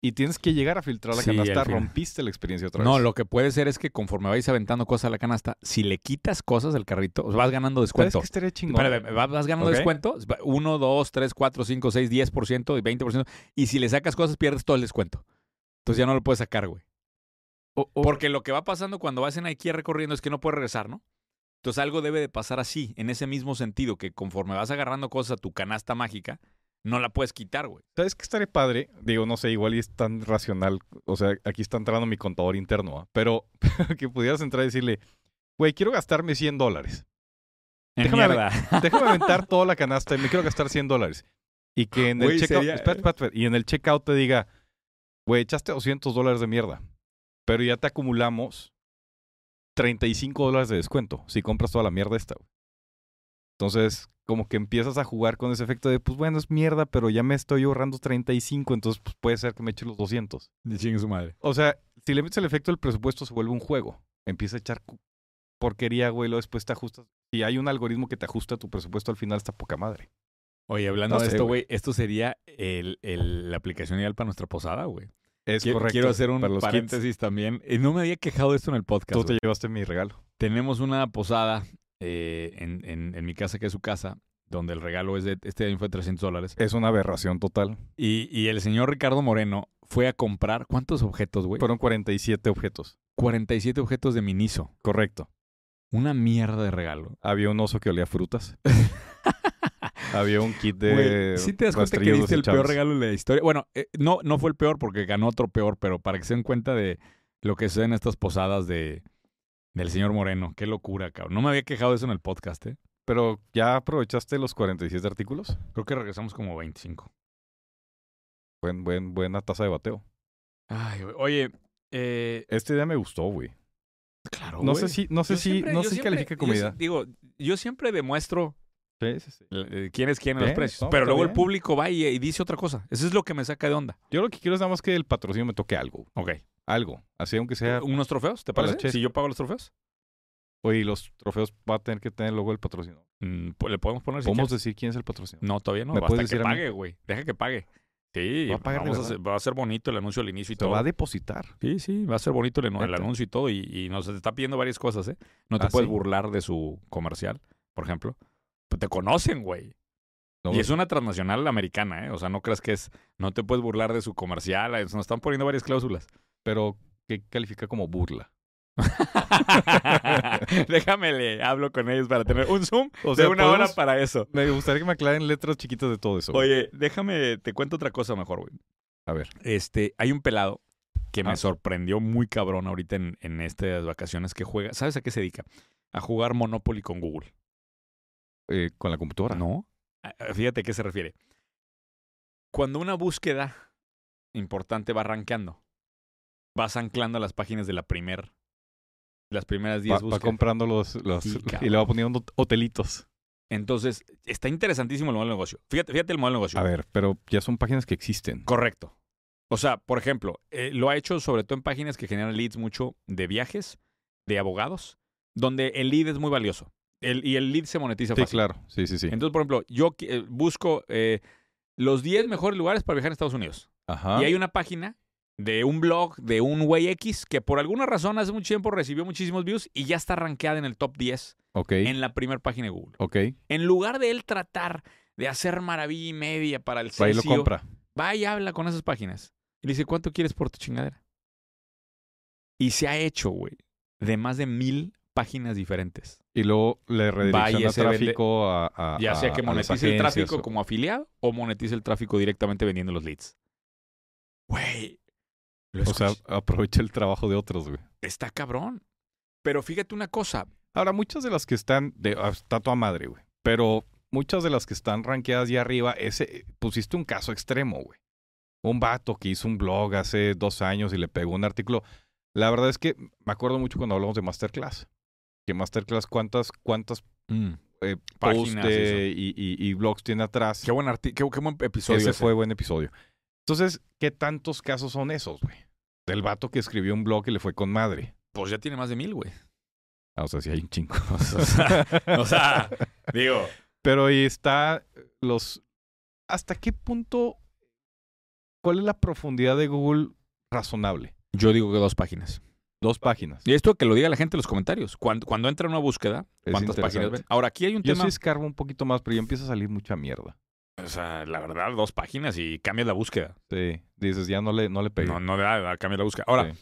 Speaker 2: y tienes que llegar a filtrar la
Speaker 1: Sí, al
Speaker 2: canasta,
Speaker 1: final.
Speaker 2: rompiste la experiencia otra vez.
Speaker 1: No, lo que puede ser es que conforme vais aventando cosas a la canasta, si le quitas cosas al carrito, os vas ganando
Speaker 2: ¿Sabes
Speaker 1: descuento.
Speaker 2: qué estaría chingón?
Speaker 1: Espérame, espérame, vas- vas ganando
Speaker 2: Ok.
Speaker 1: descuento, 1, 2, 3, 4, 5, 6, 10% y 20%. Y si le sacas cosas, pierdes todo el descuento. Entonces ya no lo puedes sacar, güey.
Speaker 2: O- o-
Speaker 1: Porque lo que va pasando cuando vas en IKEA recorriendo es que no puedes regresar, ¿no? Entonces algo debe de pasar así, en ese mismo sentido, que conforme vas agarrando cosas a tu canasta mágica, no la puedes quitar, güey.
Speaker 2: ¿Sabes qué estaría padre? Digo, no sé, igual y es tan racional. O sea, aquí está entrando mi contador interno, ¿ah? pero que pudieras entrar y decirle, güey, quiero gastarme 100 dólares.
Speaker 1: En
Speaker 2: Déjame-
Speaker 1: mierda.
Speaker 2: Déjame aventar toda la canasta y me quiero gastar 100 dólares. Y que en el
Speaker 1: Güey,
Speaker 2: checkout,
Speaker 1: sería- eh.
Speaker 2: espera, espera, espera, y en el checkout te diga, güey, echaste 200 dólares de mierda, pero ya te acumulamos 35 dólares de descuento si compras toda la mierda esta. güey". Entonces, como que empiezas a jugar con ese efecto de, pues bueno, es mierda, pero ya me estoy ahorrando 35, entonces pues, puede ser que me eche los 200.
Speaker 1: Chingue su madre.
Speaker 2: O sea, si le metes el efecto del presupuesto, se vuelve un juego. Empieza a echar cu- porquería, güey, luego después te ajustas. Si hay un algoritmo que te ajusta tu presupuesto, al final está poca madre.
Speaker 1: Oye, hablando
Speaker 2: No
Speaker 1: de
Speaker 2: sé,
Speaker 1: esto, güey, esto sería el- el- la aplicación ideal para nuestra posada, güey.
Speaker 2: Es
Speaker 1: Qui-
Speaker 2: correcto.
Speaker 1: Quiero hacer un
Speaker 2: para los kids.
Speaker 1: paréntesis también. Eh, no me había quejado de esto en el podcast.
Speaker 2: Tú te
Speaker 1: güey.
Speaker 2: llevaste mi regalo.
Speaker 1: Tenemos una posada eh, en, en- en mi casa, que es su casa, donde el regalo es de, este año fue 300 dólares.
Speaker 2: Es una aberración total.
Speaker 1: Y, y el señor Ricardo Moreno fue a comprar, ¿cuántos objetos, güey?
Speaker 2: Fueron 47 objetos.
Speaker 1: 47 objetos de Miniso.
Speaker 2: Correcto.
Speaker 1: Una mierda de regalo.
Speaker 2: Había un oso que olía a frutas. Había un kit de.
Speaker 1: Güey, ¿sí te das cuenta que
Speaker 2: rastrillos
Speaker 1: diste el
Speaker 2: echados.
Speaker 1: peor regalo de la historia? Bueno, eh, no, no fue el peor porque ganó otro peor, pero para que se den cuenta de lo que sucede en estas posadas de, del señor Moreno. Qué locura, cabrón. No me había quejado de eso en el podcast, ¿eh?
Speaker 2: Pero ya aprovechaste los 47 artículos.
Speaker 1: Creo que regresamos como 25.
Speaker 2: Buen, buen, buena tasa de bateo.
Speaker 1: Ay, güey. Oye, eh,
Speaker 2: Esta idea me gustó, güey.
Speaker 1: claro,
Speaker 2: No
Speaker 1: Ah, güey.
Speaker 2: sé si, no sé
Speaker 1: Yo
Speaker 2: si,
Speaker 1: siempre-
Speaker 2: no
Speaker 1: yo
Speaker 2: sé si
Speaker 1: siempre-
Speaker 2: califica
Speaker 1: yo
Speaker 2: comida.
Speaker 1: si- digo, yo siempre demuestro
Speaker 2: Sí, sí, sí.
Speaker 1: eh, quién es quién en los
Speaker 2: Bien,
Speaker 1: precios,
Speaker 2: no,
Speaker 1: pero
Speaker 2: está
Speaker 1: luego el
Speaker 2: bien.
Speaker 1: público va y, y dice otra cosa. Eso es lo que me saca de onda.
Speaker 2: Yo lo que quiero es nada más que el patrocinio me toque algo.
Speaker 1: Ok.
Speaker 2: Algo. Así aunque sea.
Speaker 1: ¿Unos trofeos? ¿Te
Speaker 2: para la
Speaker 1: parece?
Speaker 2: chess.
Speaker 1: Si yo pago los trofeos,
Speaker 2: Oye, los trofeos va a tener que tener luego el patrocinio.
Speaker 1: Mm, pues, le podemos poner si
Speaker 2: ¿Podemos
Speaker 1: quieres?
Speaker 2: decir quién es el patrocinio?
Speaker 1: No, todavía no.
Speaker 2: ¿Me
Speaker 1: Basta
Speaker 2: puedes
Speaker 1: que
Speaker 2: decir a mí?
Speaker 1: pague, güey. Deja que pague. Sí,
Speaker 2: Va a pagar de
Speaker 1: vamos a
Speaker 2: verdad.
Speaker 1: hacer- va a ser bonito el anuncio al inicio y
Speaker 2: Se
Speaker 1: todo.
Speaker 2: va a depositar.
Speaker 1: Sí, sí, va a ser bonito el, anu- el
Speaker 2: Neta.
Speaker 1: anuncio y todo. Y, y nos está pidiendo varias cosas, ¿eh? No te
Speaker 2: Ah,
Speaker 1: puedes
Speaker 2: ¿sí?
Speaker 1: burlar de su comercial, por ejemplo. Pues te conocen, güey.
Speaker 2: No,
Speaker 1: Y es una transnacional americana, ¿eh? O sea, no creas que es. No te puedes burlar de su comercial. eh, Nos están poniendo varias cláusulas.
Speaker 2: Pero que califica como burla.
Speaker 1: Déjame, le hablo con ellos para tener un Zoom
Speaker 2: O
Speaker 1: de una hora
Speaker 2: podemos-
Speaker 1: para eso.
Speaker 2: Me gustaría que me aclaren letras chiquitas de todo eso. güey.
Speaker 1: Oye, déjame, te cuento otra cosa mejor, güey.
Speaker 2: A ver.
Speaker 1: Este, hay un pelado que me
Speaker 2: Ah.
Speaker 1: sorprendió muy cabrón ahorita en, en estas vacaciones que juega. ¿Sabes a qué se dedica? A jugar Monopoly con Google.
Speaker 2: Eh, con la computadora.
Speaker 1: No. Ah, ah, Fíjate a qué se refiere. Cuando una búsqueda importante va arranqueando, vas anclando las páginas de la primer, las primeras 10
Speaker 2: Va, va
Speaker 1: búsquedas.
Speaker 2: comprando los. los-
Speaker 1: Sí,
Speaker 2: y
Speaker 1: cabrón.
Speaker 2: le va poniendo hotelitos.
Speaker 1: Entonces, está interesantísimo el modelo de negocio. Fíjate, fíjate el modelo de negocio.
Speaker 2: A ver, pero ya son páginas que existen.
Speaker 1: Correcto. O sea, por ejemplo, eh, lo ha hecho sobre todo en páginas que generan leads mucho de viajes, de abogados, donde el lead es muy valioso. El- y el lead se monetiza
Speaker 2: Sí,
Speaker 1: fácil.
Speaker 2: claro. Sí, sí, sí.
Speaker 1: Entonces, por ejemplo, yo qui- eh, busco eh, los 10 mejores lugares para viajar en Estados Unidos.
Speaker 2: Ajá.
Speaker 1: Y hay una página de un blog de un güey X que por alguna razón hace mucho tiempo recibió muchísimos views y ya está rankeada en el top 10
Speaker 2: Ok.
Speaker 1: en la primera página de Google.
Speaker 2: Ok.
Speaker 1: En lugar de él tratar de hacer maravilla y media para el
Speaker 2: Va y lo
Speaker 1: SEO,
Speaker 2: compra.
Speaker 1: Va y habla con esas páginas. Y le dice, ¿cuánto quieres por tu chingadera? Y se ha hecho, güey, de más de mil páginas diferentes.
Speaker 2: Y luego le redirecciona
Speaker 1: se vende-
Speaker 2: tráfico a, a-
Speaker 1: Ya
Speaker 2: a-
Speaker 1: sea que
Speaker 2: a las
Speaker 1: monetice el
Speaker 2: agencias
Speaker 1: tráfico
Speaker 2: o-
Speaker 1: como afiliado o monetice el tráfico directamente vendiendo los leads. Güey. Lo
Speaker 2: O sea,
Speaker 1: escuché.
Speaker 2: aprovecha el trabajo de otros, güey.
Speaker 1: está cabrón. Pero fíjate una cosa.
Speaker 2: Ahora, muchas de las que están, de, ah, está toda madre, güey. Pero muchas de las que están rankeadas ya arriba, ese, eh, pusiste un caso extremo, güey. Un vato que hizo un blog hace dos años y le pegó un artículo. La verdad es que me acuerdo mucho cuando hablamos de Masterclass. Que Masterclass, ¿cuántas, cuántas eh, posts
Speaker 1: Páginas,
Speaker 2: de- y, y- y blogs tiene atrás?
Speaker 1: Qué buen, arti- qué, qué buen episodio.
Speaker 2: ese
Speaker 1: ese.
Speaker 2: fue buen episodio. Entonces, ¿qué tantos casos son esos, güey? Del vato que escribió un blog y le fue con madre.
Speaker 1: Pues ya tiene más de mil, güey.
Speaker 2: Ah, o sea, sí hay un chingo.
Speaker 1: O sea, o sea, digo,
Speaker 2: Pero ahí está los. ¿Hasta qué punto? ¿Cuál es la profundidad de Google razonable?
Speaker 1: yo digo que dos páginas. Ah,
Speaker 2: Dos páginas.
Speaker 1: Y esto que lo diga la gente en los comentarios. Cuando, cuando entra una búsqueda,
Speaker 2: Es
Speaker 1: ¿cuántas páginas
Speaker 2: interesante.
Speaker 1: ven? Ahora, aquí hay un
Speaker 2: Yo
Speaker 1: tema.
Speaker 2: sí escarbo un poquito más, pero ya empieza a salir mucha mierda.
Speaker 1: O sea, la verdad, dos páginas y cambias la búsqueda.
Speaker 2: Sí. Dices, ya no le, no le pegué.
Speaker 1: No, no da, da- cambia la búsqueda. Ahora,
Speaker 2: Sí.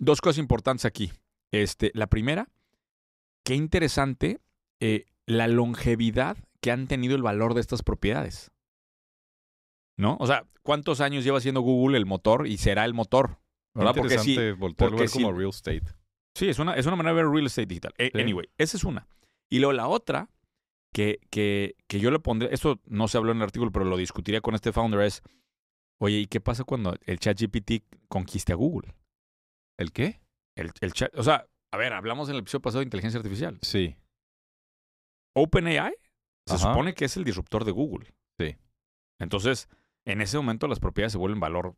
Speaker 1: dos cosas importantes aquí. Este, la primera, qué interesante eh, la longevidad que han tenido el valor de estas propiedades. ¿No? O sea, ¿cuántos años lleva siendo Google el motor y será el motor? ¿Verdad? Porque sí,
Speaker 2: Interesante voltearlo a ver
Speaker 1: porque
Speaker 2: como
Speaker 1: sí.
Speaker 2: real estate.
Speaker 1: Sí, es una, es una manera de ver real estate digital. Eh,
Speaker 2: Sí.
Speaker 1: Anyway, esa es una. Y luego la otra, que, que, que yo le pondré, esto no se habló en el artículo, pero lo discutiría con este founder, es, oye, ¿y qué pasa cuando el ChatGPT conquiste a Google?
Speaker 2: ¿El qué?
Speaker 1: El, el chat, o sea, a ver, hablamos en el episodio pasado de inteligencia artificial.
Speaker 2: Sí.
Speaker 1: OpenAI se
Speaker 2: Ajá.
Speaker 1: supone que es el disruptor de Google.
Speaker 2: Sí.
Speaker 1: Entonces, en ese momento las propiedades se vuelven valor,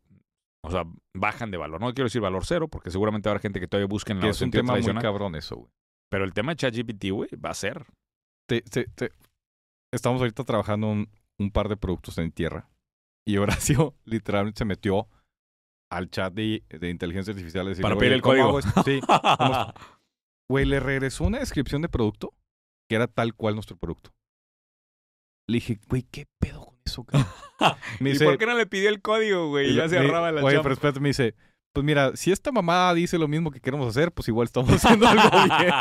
Speaker 1: o sea, bajan de valor. No quiero decir valor cero, porque seguramente habrá gente que todavía busque en
Speaker 2: Que
Speaker 1: la
Speaker 2: es un
Speaker 1: sentido
Speaker 2: tema muy
Speaker 1: tradicional.
Speaker 2: cabrón eso, güey.
Speaker 1: Pero el tema de ChatGPT, güey, va a ser.
Speaker 2: te- te- te- estamos ahorita trabajando un, un par de productos en tierra. Y Horacio literalmente se metió al chat de, de inteligencia artificial. a decirle,
Speaker 1: Para pedir
Speaker 2: "Oye,
Speaker 1: el
Speaker 2: ¿cómo
Speaker 1: código".
Speaker 2: hago esto?" Sí. Vamos. Güey, le regresó una descripción de producto que era tal cual nuestro producto. Le dije, güey, ¿qué pedo con eso, cabrón?" Me
Speaker 1: ¿Y
Speaker 2: dice,
Speaker 1: por qué no le pidió el código, güey? Y
Speaker 2: le-
Speaker 1: ya
Speaker 2: me-
Speaker 1: cerraba la
Speaker 2: Oye,
Speaker 1: chamba.
Speaker 2: pero espérate, me dice, pues mira, si esta mamada dice lo mismo que queremos hacer, pues igual estamos haciendo algo bien.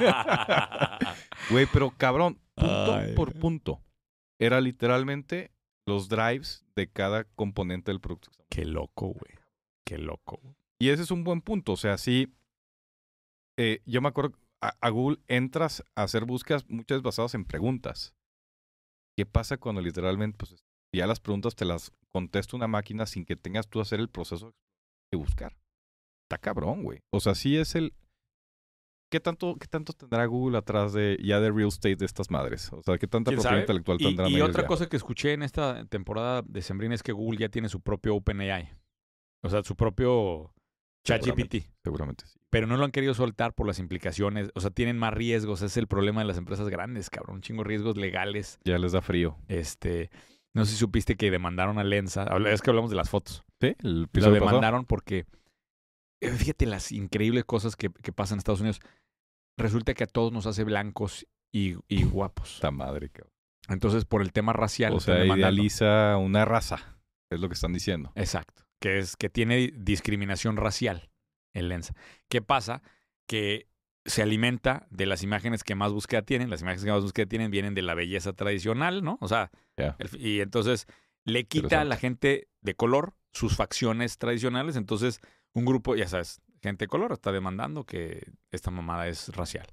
Speaker 2: Güey, pero cabrón, punto
Speaker 1: Ay,
Speaker 2: por
Speaker 1: güey.
Speaker 2: punto. Era literalmente los drives de cada componente del producto.
Speaker 1: Qué loco, güey. Qué loco.
Speaker 2: Y ese es un buen punto. O sea, sí. eh, yo me acuerdo, a, a Google entras a hacer búsquedas muchas veces basadas en preguntas. ¿Qué pasa cuando literalmente, pues, ya las preguntas te las contesta una máquina sin que tengas tú hacer el proceso de buscar? Está cabrón, güey. O sea, sí es el. ¿Qué tanto, ¿Qué tanto tendrá Google atrás de ya de real estate de estas madres? O sea, ¿qué tanta
Speaker 1: ¿Quién
Speaker 2: propiedad
Speaker 1: sabe?
Speaker 2: intelectual
Speaker 1: Y,
Speaker 2: tendrán
Speaker 1: y
Speaker 2: ellos
Speaker 1: otra
Speaker 2: ya?
Speaker 1: cosa que escuché en esta temporada de Sembrín es que Google ya tiene su propio OpenAI. O sea, su propio ChatGPT.
Speaker 2: Seguramente sí.
Speaker 1: Pero no lo han querido soltar por las implicaciones. O sea, tienen más riesgos. Es el problema de las empresas grandes, cabrón. Un chingo de riesgos legales.
Speaker 2: Ya les da frío.
Speaker 1: Este, no sé si supiste que demandaron a Lenza. Habla- Es que hablamos de las fotos.
Speaker 2: ¿Sí? El
Speaker 1: lo
Speaker 2: episodio pasado.
Speaker 1: demandaron porque eh, fíjate las increíbles cosas que, que pasan en Estados Unidos. Resulta que a todos nos hace blancos y, y guapos.
Speaker 2: Esta madre, cabrón.
Speaker 1: Entonces, por el tema racial,
Speaker 2: O
Speaker 1: nos están
Speaker 2: sea,
Speaker 1: demandando.
Speaker 2: idealiza una raza, es lo que están diciendo.
Speaker 1: Exacto. Que es que tiene discriminación racial el Lenza. ¿Qué pasa? Que se alimenta de las imágenes que más búsqueda tienen. Las imágenes que más búsqueda tienen vienen de la belleza tradicional, ¿no? O sea,
Speaker 2: Ya.
Speaker 1: el- y entonces le quita a la gente de color sus facciones tradicionales. Entonces, un grupo, ya sabes, gente de color está demandando que esta mamada es racial.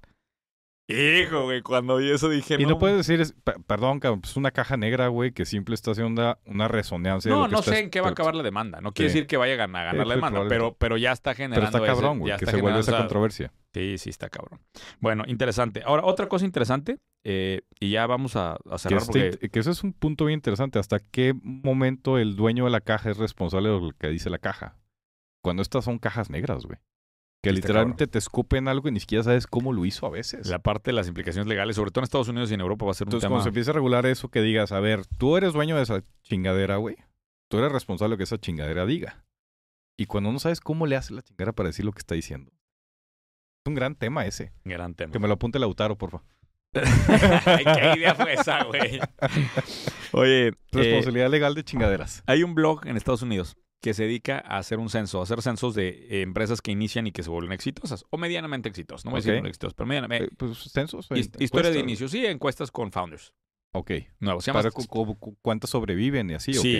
Speaker 1: Hijo, güey, cuando vi eso dije,
Speaker 2: Y no
Speaker 1: puedes
Speaker 2: puedes decir, es- pe- perdón, cabrón, pues una caja negra, güey, que simple está haciendo una, una resonancia. de
Speaker 1: No,
Speaker 2: lo que
Speaker 1: no
Speaker 2: estás-
Speaker 1: sé en qué va a acabar la demanda. No quiere
Speaker 2: Sí.
Speaker 1: decir que vaya a ganar, ganar
Speaker 2: Sí,
Speaker 1: la
Speaker 2: sí,
Speaker 1: demanda, pero,
Speaker 2: probablemente.
Speaker 1: pero ya está
Speaker 2: Pero
Speaker 1: generando.
Speaker 2: está
Speaker 1: ese-
Speaker 2: cabrón, güey,
Speaker 1: ya
Speaker 2: que
Speaker 1: está
Speaker 2: se vuelve
Speaker 1: generando
Speaker 2: esa
Speaker 1: esa-
Speaker 2: controversia.
Speaker 1: Sí, sí, está cabrón. Bueno, interesante. Ahora, otra cosa interesante, eh, y ya vamos a, a
Speaker 2: Que,
Speaker 1: cerrar
Speaker 2: este-
Speaker 1: porque.
Speaker 2: que ese es un punto bien interesante. ¿Hasta qué momento el dueño de la caja es responsable de lo que dice la caja? Cuando estas son cajas negras, güey. Que
Speaker 1: Sí, está
Speaker 2: literalmente te escupen algo y ni siquiera sabes cómo lo hizo a veces.
Speaker 1: La parte de las implicaciones legales, sobre todo en Estados Unidos y en Europa, va a ser un
Speaker 2: Entonces,
Speaker 1: tema.
Speaker 2: cuando se empieza a regular eso, que digas, a ver, tú eres dueño de esa chingadera, güey. Tú eres responsable de lo que esa chingadera diga. Y cuando no sabes cómo le hace la chingadera para decir lo que está diciendo. Es un gran tema ese.
Speaker 1: Gran tema.
Speaker 2: Que me lo apunte Lautaro, por favor.
Speaker 1: Ay, ¿Qué idea fue esa, güey? Oye, eh,
Speaker 2: Responsabilidad legal de chingaderas.
Speaker 1: hay un blog en Estados Unidos que se dedica a hacer un censo, a hacer censos de eh, empresas que inician y que se vuelven exitosas, o medianamente exitosas. No voy a
Speaker 2: Ok.
Speaker 1: decir exitosas, pero medianamente.
Speaker 2: Eh, pues censos. eh,
Speaker 1: His- historia de
Speaker 2: encuestas.
Speaker 1: inicio, sí, encuestas con founders.
Speaker 2: Ok.
Speaker 1: Nuevos. Se llama-
Speaker 2: Para cu- cu- cu- cuántas sobreviven y así, ¿o
Speaker 1: Sí.
Speaker 2: qué?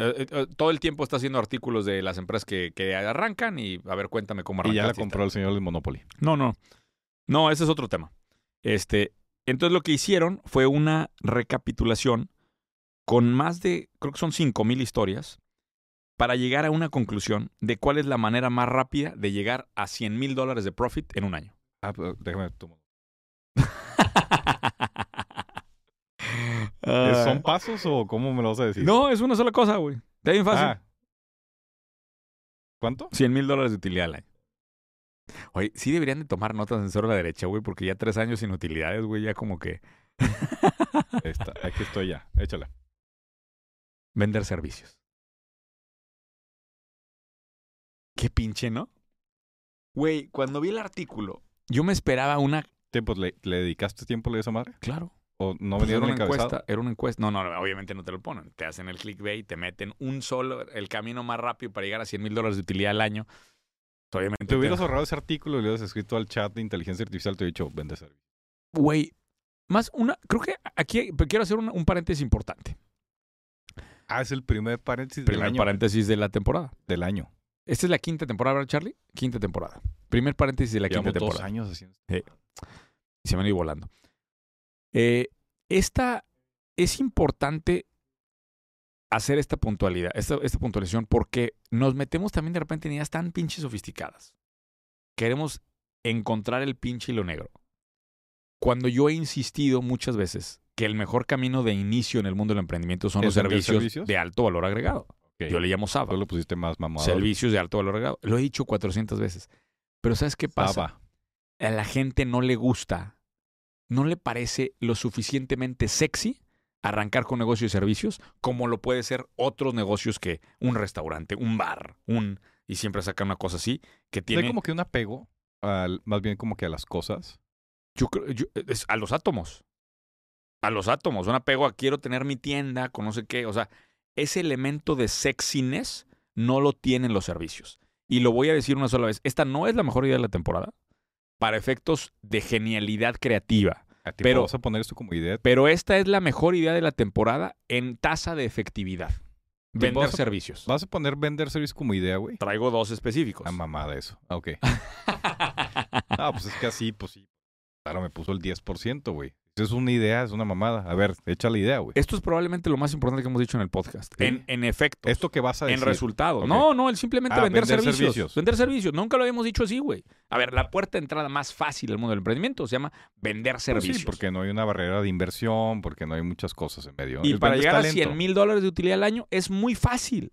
Speaker 1: Eh, eh, eh, todo el tiempo está haciendo artículos de las empresas que, que arrancan y a ver, cuéntame cómo
Speaker 2: Y ya la
Speaker 1: arrancaste.
Speaker 2: compró el señor del Monopoly.
Speaker 1: No, no. No, ese es otro tema. Este, entonces lo que hicieron fue una recapitulación con más de, creo que son 5.000 historias, para llegar a una conclusión de cuál es la manera más rápida de llegar a 100 mil dólares de profit en un año.
Speaker 2: Ah, pero déjame tomo.
Speaker 1: Ah.
Speaker 2: ¿Son pasos o cómo me lo vas a decir?
Speaker 1: No, es una sola cosa, güey. Está bien fácil.
Speaker 2: Ah. ¿Cuánto?
Speaker 1: 100 mil dólares de utilidad al año. Oye, sí deberían de tomar notas en solo la derecha, güey, porque ya tres años sin utilidades, güey, ya como que
Speaker 2: Ahí está, aquí estoy ya. Échala.
Speaker 1: vender servicios. Qué pinche, ¿no? Güey, cuando vi el artículo, yo me esperaba una...
Speaker 2: ¿Tiempo? ¿Le, le dedicaste tiempo a leer esa madre?
Speaker 1: Claro.
Speaker 2: ¿O no
Speaker 1: pues era
Speaker 2: vinieron
Speaker 1: una
Speaker 2: encabezado?
Speaker 1: encuesta, era una encuesta. No, no, no, obviamente no te lo ponen. Te hacen el clickbait, te meten un solo, el camino más rápido para llegar a 100 mil dólares de utilidad al año. pues, Obviamente
Speaker 2: Te hubieras
Speaker 1: te-
Speaker 2: ahorrado ese artículo y le hubieras escrito al chat de inteligencia artificial, te he dicho, vende servicio.
Speaker 1: güey, más una, creo que aquí pero quiero hacer un, un paréntesis importante.
Speaker 2: Ah, es el primer paréntesis del
Speaker 1: Primer
Speaker 2: año.
Speaker 1: paréntesis de la temporada.
Speaker 2: Del año.
Speaker 1: Esta es la quinta temporada, ¿verdad, Charlie? Quinta temporada. Primer paréntesis de la
Speaker 2: Llevamos
Speaker 1: quinta
Speaker 2: dos
Speaker 1: temporada.
Speaker 2: años haciendo.
Speaker 1: Y se van a ir volando. Eh, esta es importante hacer esta puntualidad, esta, esta puntualización, porque nos metemos también de repente en ideas tan pinches sofisticadas. Queremos encontrar el pinche hilo negro. Cuando yo he insistido muchas veces que el mejor camino de inicio en el mundo del emprendimiento son
Speaker 2: ¿Es
Speaker 1: los
Speaker 2: vender
Speaker 1: servicios,
Speaker 2: servicios?
Speaker 1: de alto valor agregado.
Speaker 2: Ok.
Speaker 1: Yo le llamo SABA,
Speaker 2: Tú lo pusiste más mamado.
Speaker 1: servicios de alto valor agregado. Lo he dicho 400 veces. Pero ¿sabes qué pasa?
Speaker 2: Saba.
Speaker 1: a la gente no le gusta, no le parece lo suficientemente sexy arrancar con negocios y servicios como lo puede ser otros negocios que un restaurante, un bar, un... Y siempre sacan una cosa así que
Speaker 2: Hay
Speaker 1: tiene...
Speaker 2: como que un apego, al, más bien como que a las cosas.
Speaker 1: yo creo- yo- e, es a los átomos. A los átomos. Un apego a quiero tener mi tienda con no sé qué. O sea, ese elemento de sexiness no lo tienen los servicios. Y lo voy a decir una sola vez. Esta no es la mejor idea de la temporada para efectos de genialidad creativa.
Speaker 2: A ti
Speaker 1: Pero-
Speaker 2: vamos a poner esto como idea.
Speaker 1: Pero esta es la mejor idea de la temporada en tasa de efectividad. Vender
Speaker 2: vas a-
Speaker 1: servicios.
Speaker 2: Vas a poner vender service como idea, güey.
Speaker 1: Traigo dos específicos.
Speaker 2: Ah, mamada eso. Ah, ok. Ah, pues es que así, pues sí. Claro, me puso el 10%, güey. Es una idea, es una mamada. A ver, echa la idea, güey.
Speaker 1: Esto es probablemente lo más importante que hemos dicho en el podcast.
Speaker 2: Sí.
Speaker 1: En, en efectos.
Speaker 2: Esto que vas a
Speaker 1: en
Speaker 2: decir.
Speaker 1: resultados.
Speaker 2: Ok.
Speaker 1: No, no, el simplemente
Speaker 2: Ah,
Speaker 1: vender,
Speaker 2: vender
Speaker 1: servicios.
Speaker 2: servicios.
Speaker 1: Vender servicios. Nunca lo habíamos dicho así, güey. A ver, la puerta de entrada más fácil del mundo del emprendimiento se llama vender
Speaker 2: Pues sí,
Speaker 1: servicios.
Speaker 2: porque no hay una barrera de inversión, porque no hay muchas cosas en medio.
Speaker 1: Y
Speaker 2: El
Speaker 1: para
Speaker 2: vender
Speaker 1: llegar a
Speaker 2: talento.
Speaker 1: 100 mil dólares de utilidad al año es muy fácil.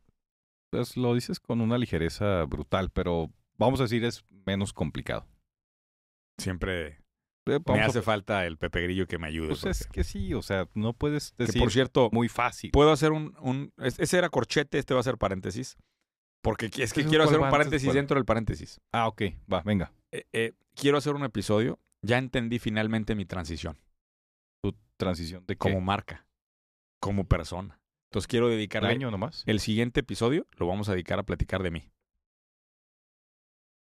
Speaker 2: Pues lo dices con una ligereza brutal, pero vamos a decir es menos complicado.
Speaker 1: Siempre
Speaker 2: Eh, vamos a-
Speaker 1: falta el Pepe Grillo que me ayude.
Speaker 2: pues es que sí, o sea, no puedes decir
Speaker 1: por cierto,
Speaker 2: muy fácil.
Speaker 1: puedo hacer un, un- es- ese era corchete, este va a ser paréntesis, porque qui- es que
Speaker 2: Entonces,
Speaker 1: quiero
Speaker 2: ¿cuál
Speaker 1: hacer
Speaker 2: va
Speaker 1: un
Speaker 2: antes,
Speaker 1: paréntesis
Speaker 2: cuál?
Speaker 1: dentro del paréntesis.
Speaker 2: Ah, ok, va, venga.
Speaker 1: Eh, eh, quiero hacer un episodio, ya entendí finalmente mi transición
Speaker 2: Transición de
Speaker 1: como
Speaker 2: como
Speaker 1: marca, como persona. Entonces quiero
Speaker 2: un
Speaker 1: dedicarle
Speaker 2: año nomás.
Speaker 1: el siguiente episodio, lo vamos a dedicar a platicar de mí.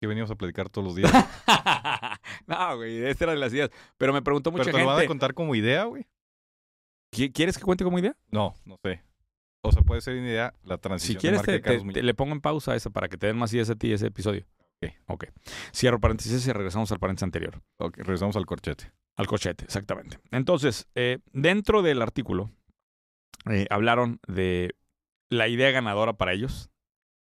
Speaker 2: Que veníamos a platicar todos los días.
Speaker 1: no, güey, esta era de las ideas, pero me preguntó
Speaker 2: pero
Speaker 1: mucha
Speaker 2: te lo van a
Speaker 1: gente,
Speaker 2: contar como idea, güey.
Speaker 1: "¿Qui- ¿quieres que cuente como idea?
Speaker 2: No, no sé. O sea, puede ser una idea la
Speaker 1: Si
Speaker 2: transición. de
Speaker 1: quieres,
Speaker 2: marca
Speaker 1: te,
Speaker 2: de Carlos
Speaker 1: te-
Speaker 2: Muñoz.
Speaker 1: te- le pongo en pausa a esa para que te den más ideas a ti ese episodio.
Speaker 2: Ok.
Speaker 1: Ok. Cierro paréntesis y regresamos al paréntesis anterior.
Speaker 2: Ok, regresamos al corchete.
Speaker 1: Al cochete, exactamente. Entonces, eh, dentro del artículo eh, hablaron de la idea ganadora para ellos.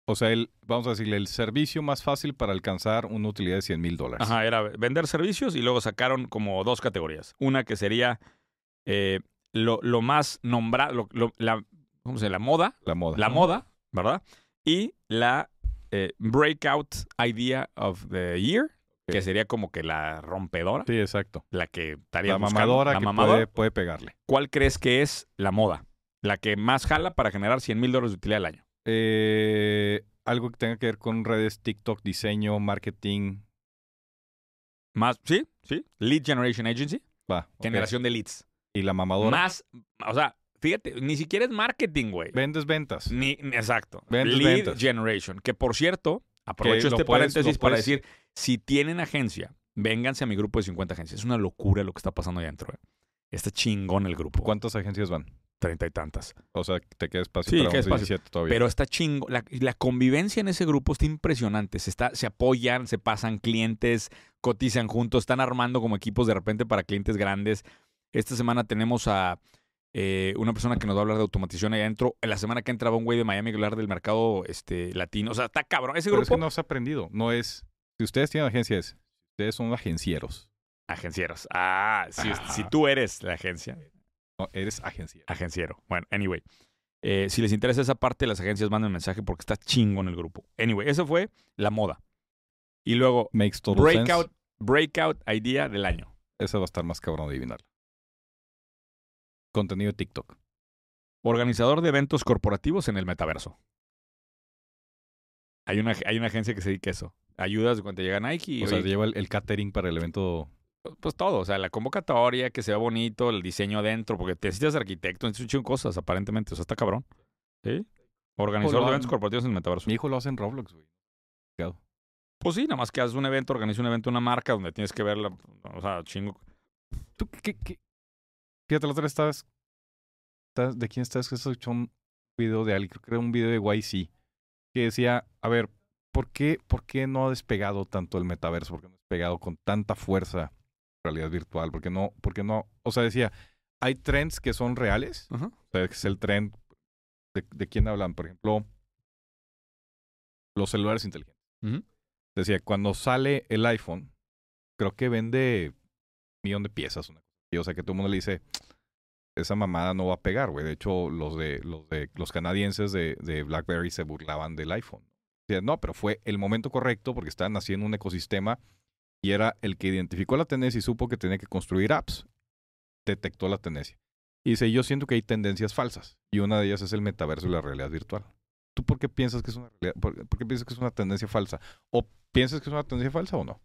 Speaker 2: O sea, el, vamos a decirle, el servicio más fácil para alcanzar una utilidad de 100 mil dólares.
Speaker 1: Ajá, era vender servicios y luego sacaron como dos categorías. Una que sería eh, lo, lo más nombrado, lo- lo- la, ¿cómo se dice? La moda,
Speaker 2: La moda.
Speaker 1: la
Speaker 2: ¿no?
Speaker 1: moda, ¿verdad? Y la eh, breakout idea of the year, que
Speaker 2: Ok.
Speaker 1: sería como que la rompedora,
Speaker 2: Sí, exacto.
Speaker 1: la que estaría
Speaker 2: La
Speaker 1: buscando,
Speaker 2: mamadora
Speaker 1: la
Speaker 2: que
Speaker 1: mamadora.
Speaker 2: Puede, puede pegarle.
Speaker 1: ¿cuál crees que es la moda? La que más jala para generar 100 mil dólares de utilidad al año.
Speaker 2: Eh, algo que tenga que ver con redes, TikTok, diseño, marketing.
Speaker 1: Más, sí, sí. Lead Generation Agency,
Speaker 2: Va. ok.
Speaker 1: generación de leads.
Speaker 2: Y la mamadora.
Speaker 1: Más, o sea, fíjate, ni siquiera es marketing, güey.
Speaker 2: Vendes ventas.
Speaker 1: Ni, ni- exacto.
Speaker 2: Ventas,
Speaker 1: Lead
Speaker 2: ventas.
Speaker 1: Generation, que por cierto, aprovecho
Speaker 2: Que lo
Speaker 1: este
Speaker 2: puedes-
Speaker 1: paréntesis
Speaker 2: lo
Speaker 1: para
Speaker 2: puedes-
Speaker 1: decir, si tienen agencia, vénganse a mi grupo de 50 agencias. Es una locura lo que está pasando allá adentro. eh. Está chingón el grupo.
Speaker 2: ¿Cuántas agencias van?
Speaker 1: Treinta y tantas.
Speaker 2: O sea, te queda espacio
Speaker 1: Sí,
Speaker 2: para
Speaker 1: queda
Speaker 2: unos
Speaker 1: espacio.
Speaker 2: 17 todavía.
Speaker 1: Pero está chingo. La, la convivencia en ese grupo está impresionante. Se, está, se apoyan, se pasan clientes, cotizan juntos, están armando como equipos de repente para clientes grandes. Esta semana tenemos a eh, una persona que nos va a hablar de automatización allá adentro. La semana que entra va un güey de Miami a hablar del mercado este, latino. O sea, está cabrón. Ese
Speaker 2: Pero
Speaker 1: grupo.
Speaker 2: es que no has aprendido. No es. Si ustedes tienen agencias, ustedes son agencieros.
Speaker 1: Agencieros. Ah, si,
Speaker 2: Ah.
Speaker 1: si tú eres la agencia.
Speaker 2: No, eres agenciero.
Speaker 1: agenciero. Bueno, anyway. Eh, si les interesa esa parte, las agencias manden mensaje porque está chingo en el grupo. Anyway, eso fue la moda. Y luego,
Speaker 2: Makes total
Speaker 1: breakout,
Speaker 2: sense.
Speaker 1: breakout idea del año.
Speaker 2: Esa va a estar más cabrón de adivinarla. Contenido de TikTok.
Speaker 1: Organizador de eventos corporativos en el metaverso. Hay una, hay una agencia que se dedica a eso. Ayudas cuando llega Nike. y,
Speaker 2: o sea,
Speaker 1: oye,
Speaker 2: lleva el, el catering para el evento.
Speaker 1: pues todo. O sea, la convocatoria, que se vea bonito, el diseño adentro, porque te necesitas arquitecto, necesitas un chingo de cosas, aparentemente. O sea, está cabrón. ¿Sí? Organizador
Speaker 2: Hola.
Speaker 1: de eventos corporativos en el metaverso.
Speaker 2: Mi hijo lo hace en Roblox, güey. Complicado.
Speaker 1: Pues sí, nada más que haces un evento, organizas un evento, una marca donde tienes que verla, o sea, chingo.
Speaker 2: ¿Tú qué, qué? Fíjate, la otra vez estabas. estabas- ¿De quién estabas? Que se escuchó un video de alguien, creo que era un video de YC, que decía: A ver, ¿por qué, ¿por qué no ha despegado tanto el metaverso? ¿Por qué no ha despegado con tanta fuerza realidad virtual? ¿Por qué no? ¿Por qué no? O sea, decía: hay trends que son reales,
Speaker 1: Ajá.
Speaker 2: o sea, que es el trend. ¿De, de quién hablan? Por ejemplo, los celulares inteligentes.
Speaker 1: Ujú.
Speaker 2: Decía, cuando sale el iPhone, creo que vende millón de piezas. Una cosa. así. O sea, que todo el mundo le dice, esa mamada no va a pegar, güey. De hecho, los de los de los canadienses de, de BlackBerry se burlaban del iPhone. Decía, no, pero fue el momento correcto porque estaban haciendo un ecosistema y era el que identificó la tendencia y supo que tenía que construir apps. Detectó la tendencia. Y dice, yo siento que hay tendencias falsas. Y una de ellas es el metaverso y la realidad virtual. ¿Tú por qué piensas que es una realidad- por- por qué piensas que es una tendencia falsa? ¿O piensas que es una tendencia falsa o no?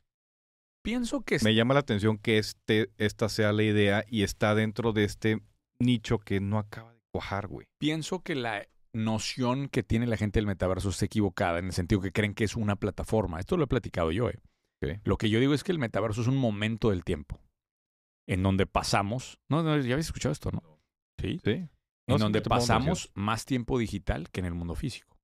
Speaker 1: Pienso que
Speaker 2: Me llama la atención que este, esta sea la idea y está dentro de este nicho que no acaba de cuajar, güey.
Speaker 1: pienso que la noción que tiene la gente del metaverso está equivocada en el sentido que creen que es una plataforma. Esto lo he platicado yo. eh.
Speaker 2: Ok.
Speaker 1: Lo que yo digo es que el metaverso es un momento del tiempo en donde pasamos. No, no, ya habéis escuchado esto, ¿no? Sí.
Speaker 2: ¿Sí?
Speaker 1: en donde pasamos más tiempo digital que en el mundo físico.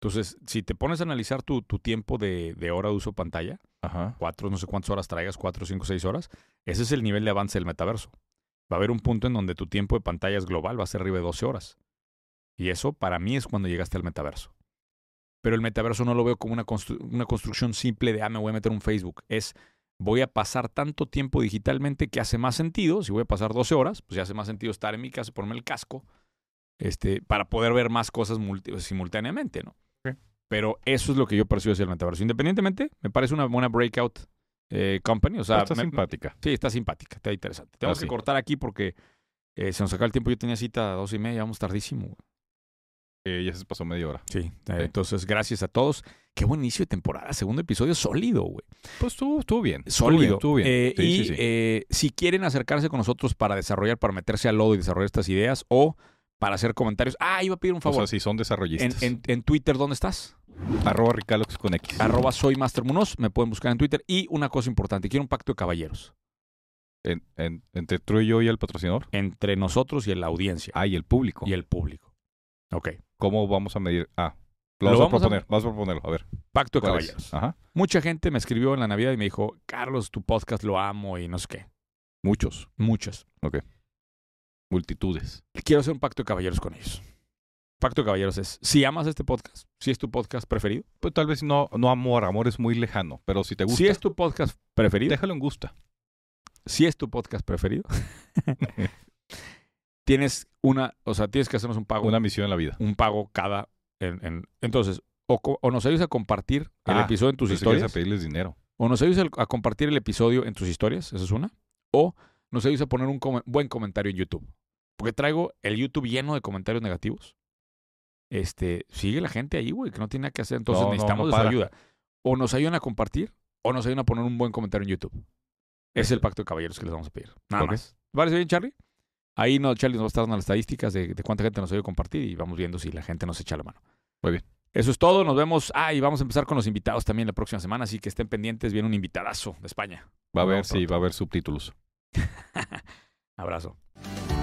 Speaker 1: Entonces, si te pones a analizar tu, tu tiempo de, de hora de uso pantalla,
Speaker 2: Ajá.
Speaker 1: cuatro, no sé cuántas horas traigas, cuatro, cinco, seis horas, ese es el nivel de avance del metaverso. Va a haber un punto en donde tu tiempo de pantalla es global, va a ser arriba de 12 horas. Y eso para mí es cuando llegaste al metaverso. Pero el metaverso no lo veo como una, constru- una construcción simple de, ah, me voy a meter un Facebook. Es, voy a pasar tanto tiempo digitalmente que hace más sentido, si voy a pasar 12 horas, pues ya hace más sentido estar en mi casa, ponerme el casco, este, para poder ver más cosas multi- pues, simultáneamente, ¿no?
Speaker 2: Ok.
Speaker 1: Pero eso es lo que yo percibo hacia el metaverso. Independientemente, me parece una buena breakout eh, company. O sea,
Speaker 2: está
Speaker 1: me-
Speaker 2: simpática.
Speaker 1: Sí, está simpática, está interesante. Tenemos
Speaker 2: Así.
Speaker 1: que cortar aquí porque eh, se nos acaba el tiempo. Yo tenía cita a dos y media, vamos tardísimo. güey.
Speaker 2: Eh, ya se pasó media hora.
Speaker 1: Sí, eh, entonces gracias a todos. Qué buen inicio de temporada, segundo episodio sólido, güey.
Speaker 2: Pues estuvo, estuvo bien. Estuvo bien,
Speaker 1: Sólido.
Speaker 2: Estuvo bien.
Speaker 1: Eh,
Speaker 2: Sí,
Speaker 1: y
Speaker 2: sí, sí.
Speaker 1: eh, si quieren acercarse con nosotros para desarrollar, para meterse al lodo y desarrollar estas ideas o para hacer comentarios. Ah, iba a pedir un
Speaker 2: o
Speaker 1: favor.
Speaker 2: sea, si son
Speaker 1: en,
Speaker 2: desarrollistas.
Speaker 1: en- en Twitter, ¿dónde estás?
Speaker 2: Arroba Ricalox con X.
Speaker 1: Arroba soy Master Munoz, me pueden buscar en Twitter. Y una cosa importante, quiero un pacto de caballeros
Speaker 2: En- en- entre tú y yo y el patrocinador.
Speaker 1: entre nosotros y la audiencia
Speaker 2: Ah, y el público.
Speaker 1: y el público. Ok,
Speaker 2: ¿Cómo vamos a medir? Ah,
Speaker 1: Lo
Speaker 2: lo, vas
Speaker 1: vamos a-
Speaker 2: a proponer. Vas a proponerlo. A ver.
Speaker 1: pacto de
Speaker 2: ¿cuál es?
Speaker 1: caballeros.
Speaker 2: Ajá.
Speaker 1: Mucha gente me escribió en la Navidad y me dijo, Carlos, tu podcast lo amo y no sé qué.
Speaker 2: Muchos.
Speaker 1: Muchos.
Speaker 2: Multitudes.
Speaker 1: Quiero hacer un pacto de caballeros con ellos. Pacto de caballeros es, si amas este podcast, si es tu podcast preferido,
Speaker 2: Pues tal vez no, no amor. Amor es muy lejano. Pero si te gusta,
Speaker 1: si es Ah, tu podcast preferido,
Speaker 2: déjalo en gusta.
Speaker 1: si es tu podcast preferido, tienes una, o sea, tienes que hacernos un pago,
Speaker 2: Una misión en la vida.
Speaker 1: un pago cada. en- en- entonces, o, co- o nos ayudas a compartir el
Speaker 2: Ah,
Speaker 1: episodio en tus
Speaker 2: Pues si quieres
Speaker 1: historias.
Speaker 2: a pedirles dinero.
Speaker 1: O nos ayudas a a compartir el episodio en tus historias, esa es una. O nos ayudas a poner un come- buen comentario en YouTube. Porque traigo el YouTube lleno de comentarios negativos. Este, sigue la gente ahí, güey, que no tiene nada que hacer. Entonces
Speaker 2: No, no,
Speaker 1: necesitamos
Speaker 2: no
Speaker 1: de su
Speaker 2: para.
Speaker 1: ayuda. O nos ayudan a compartir, o nos ayudan a poner un buen comentario en YouTube. Ese es el pacto de caballeros que les vamos a pedir. Nada
Speaker 2: Ok.
Speaker 1: más. ¿Te ¿Parece bien, Charlie? Ahí no, Charlie nos va a estar dando las estadísticas de, de cuánta gente nos ayuda a compartir y vamos viendo si la gente nos echa la mano.
Speaker 2: Muy bien.
Speaker 1: Eso es todo, nos vemos. Ah, y vamos a empezar con los invitados también la próxima semana, así que estén pendientes, viene un invitadazo de España.
Speaker 2: Va
Speaker 1: Nos
Speaker 2: a haber,
Speaker 1: vemos
Speaker 2: sí, va a haber subtítulos.
Speaker 1: Abrazo.
Speaker 3: Thank you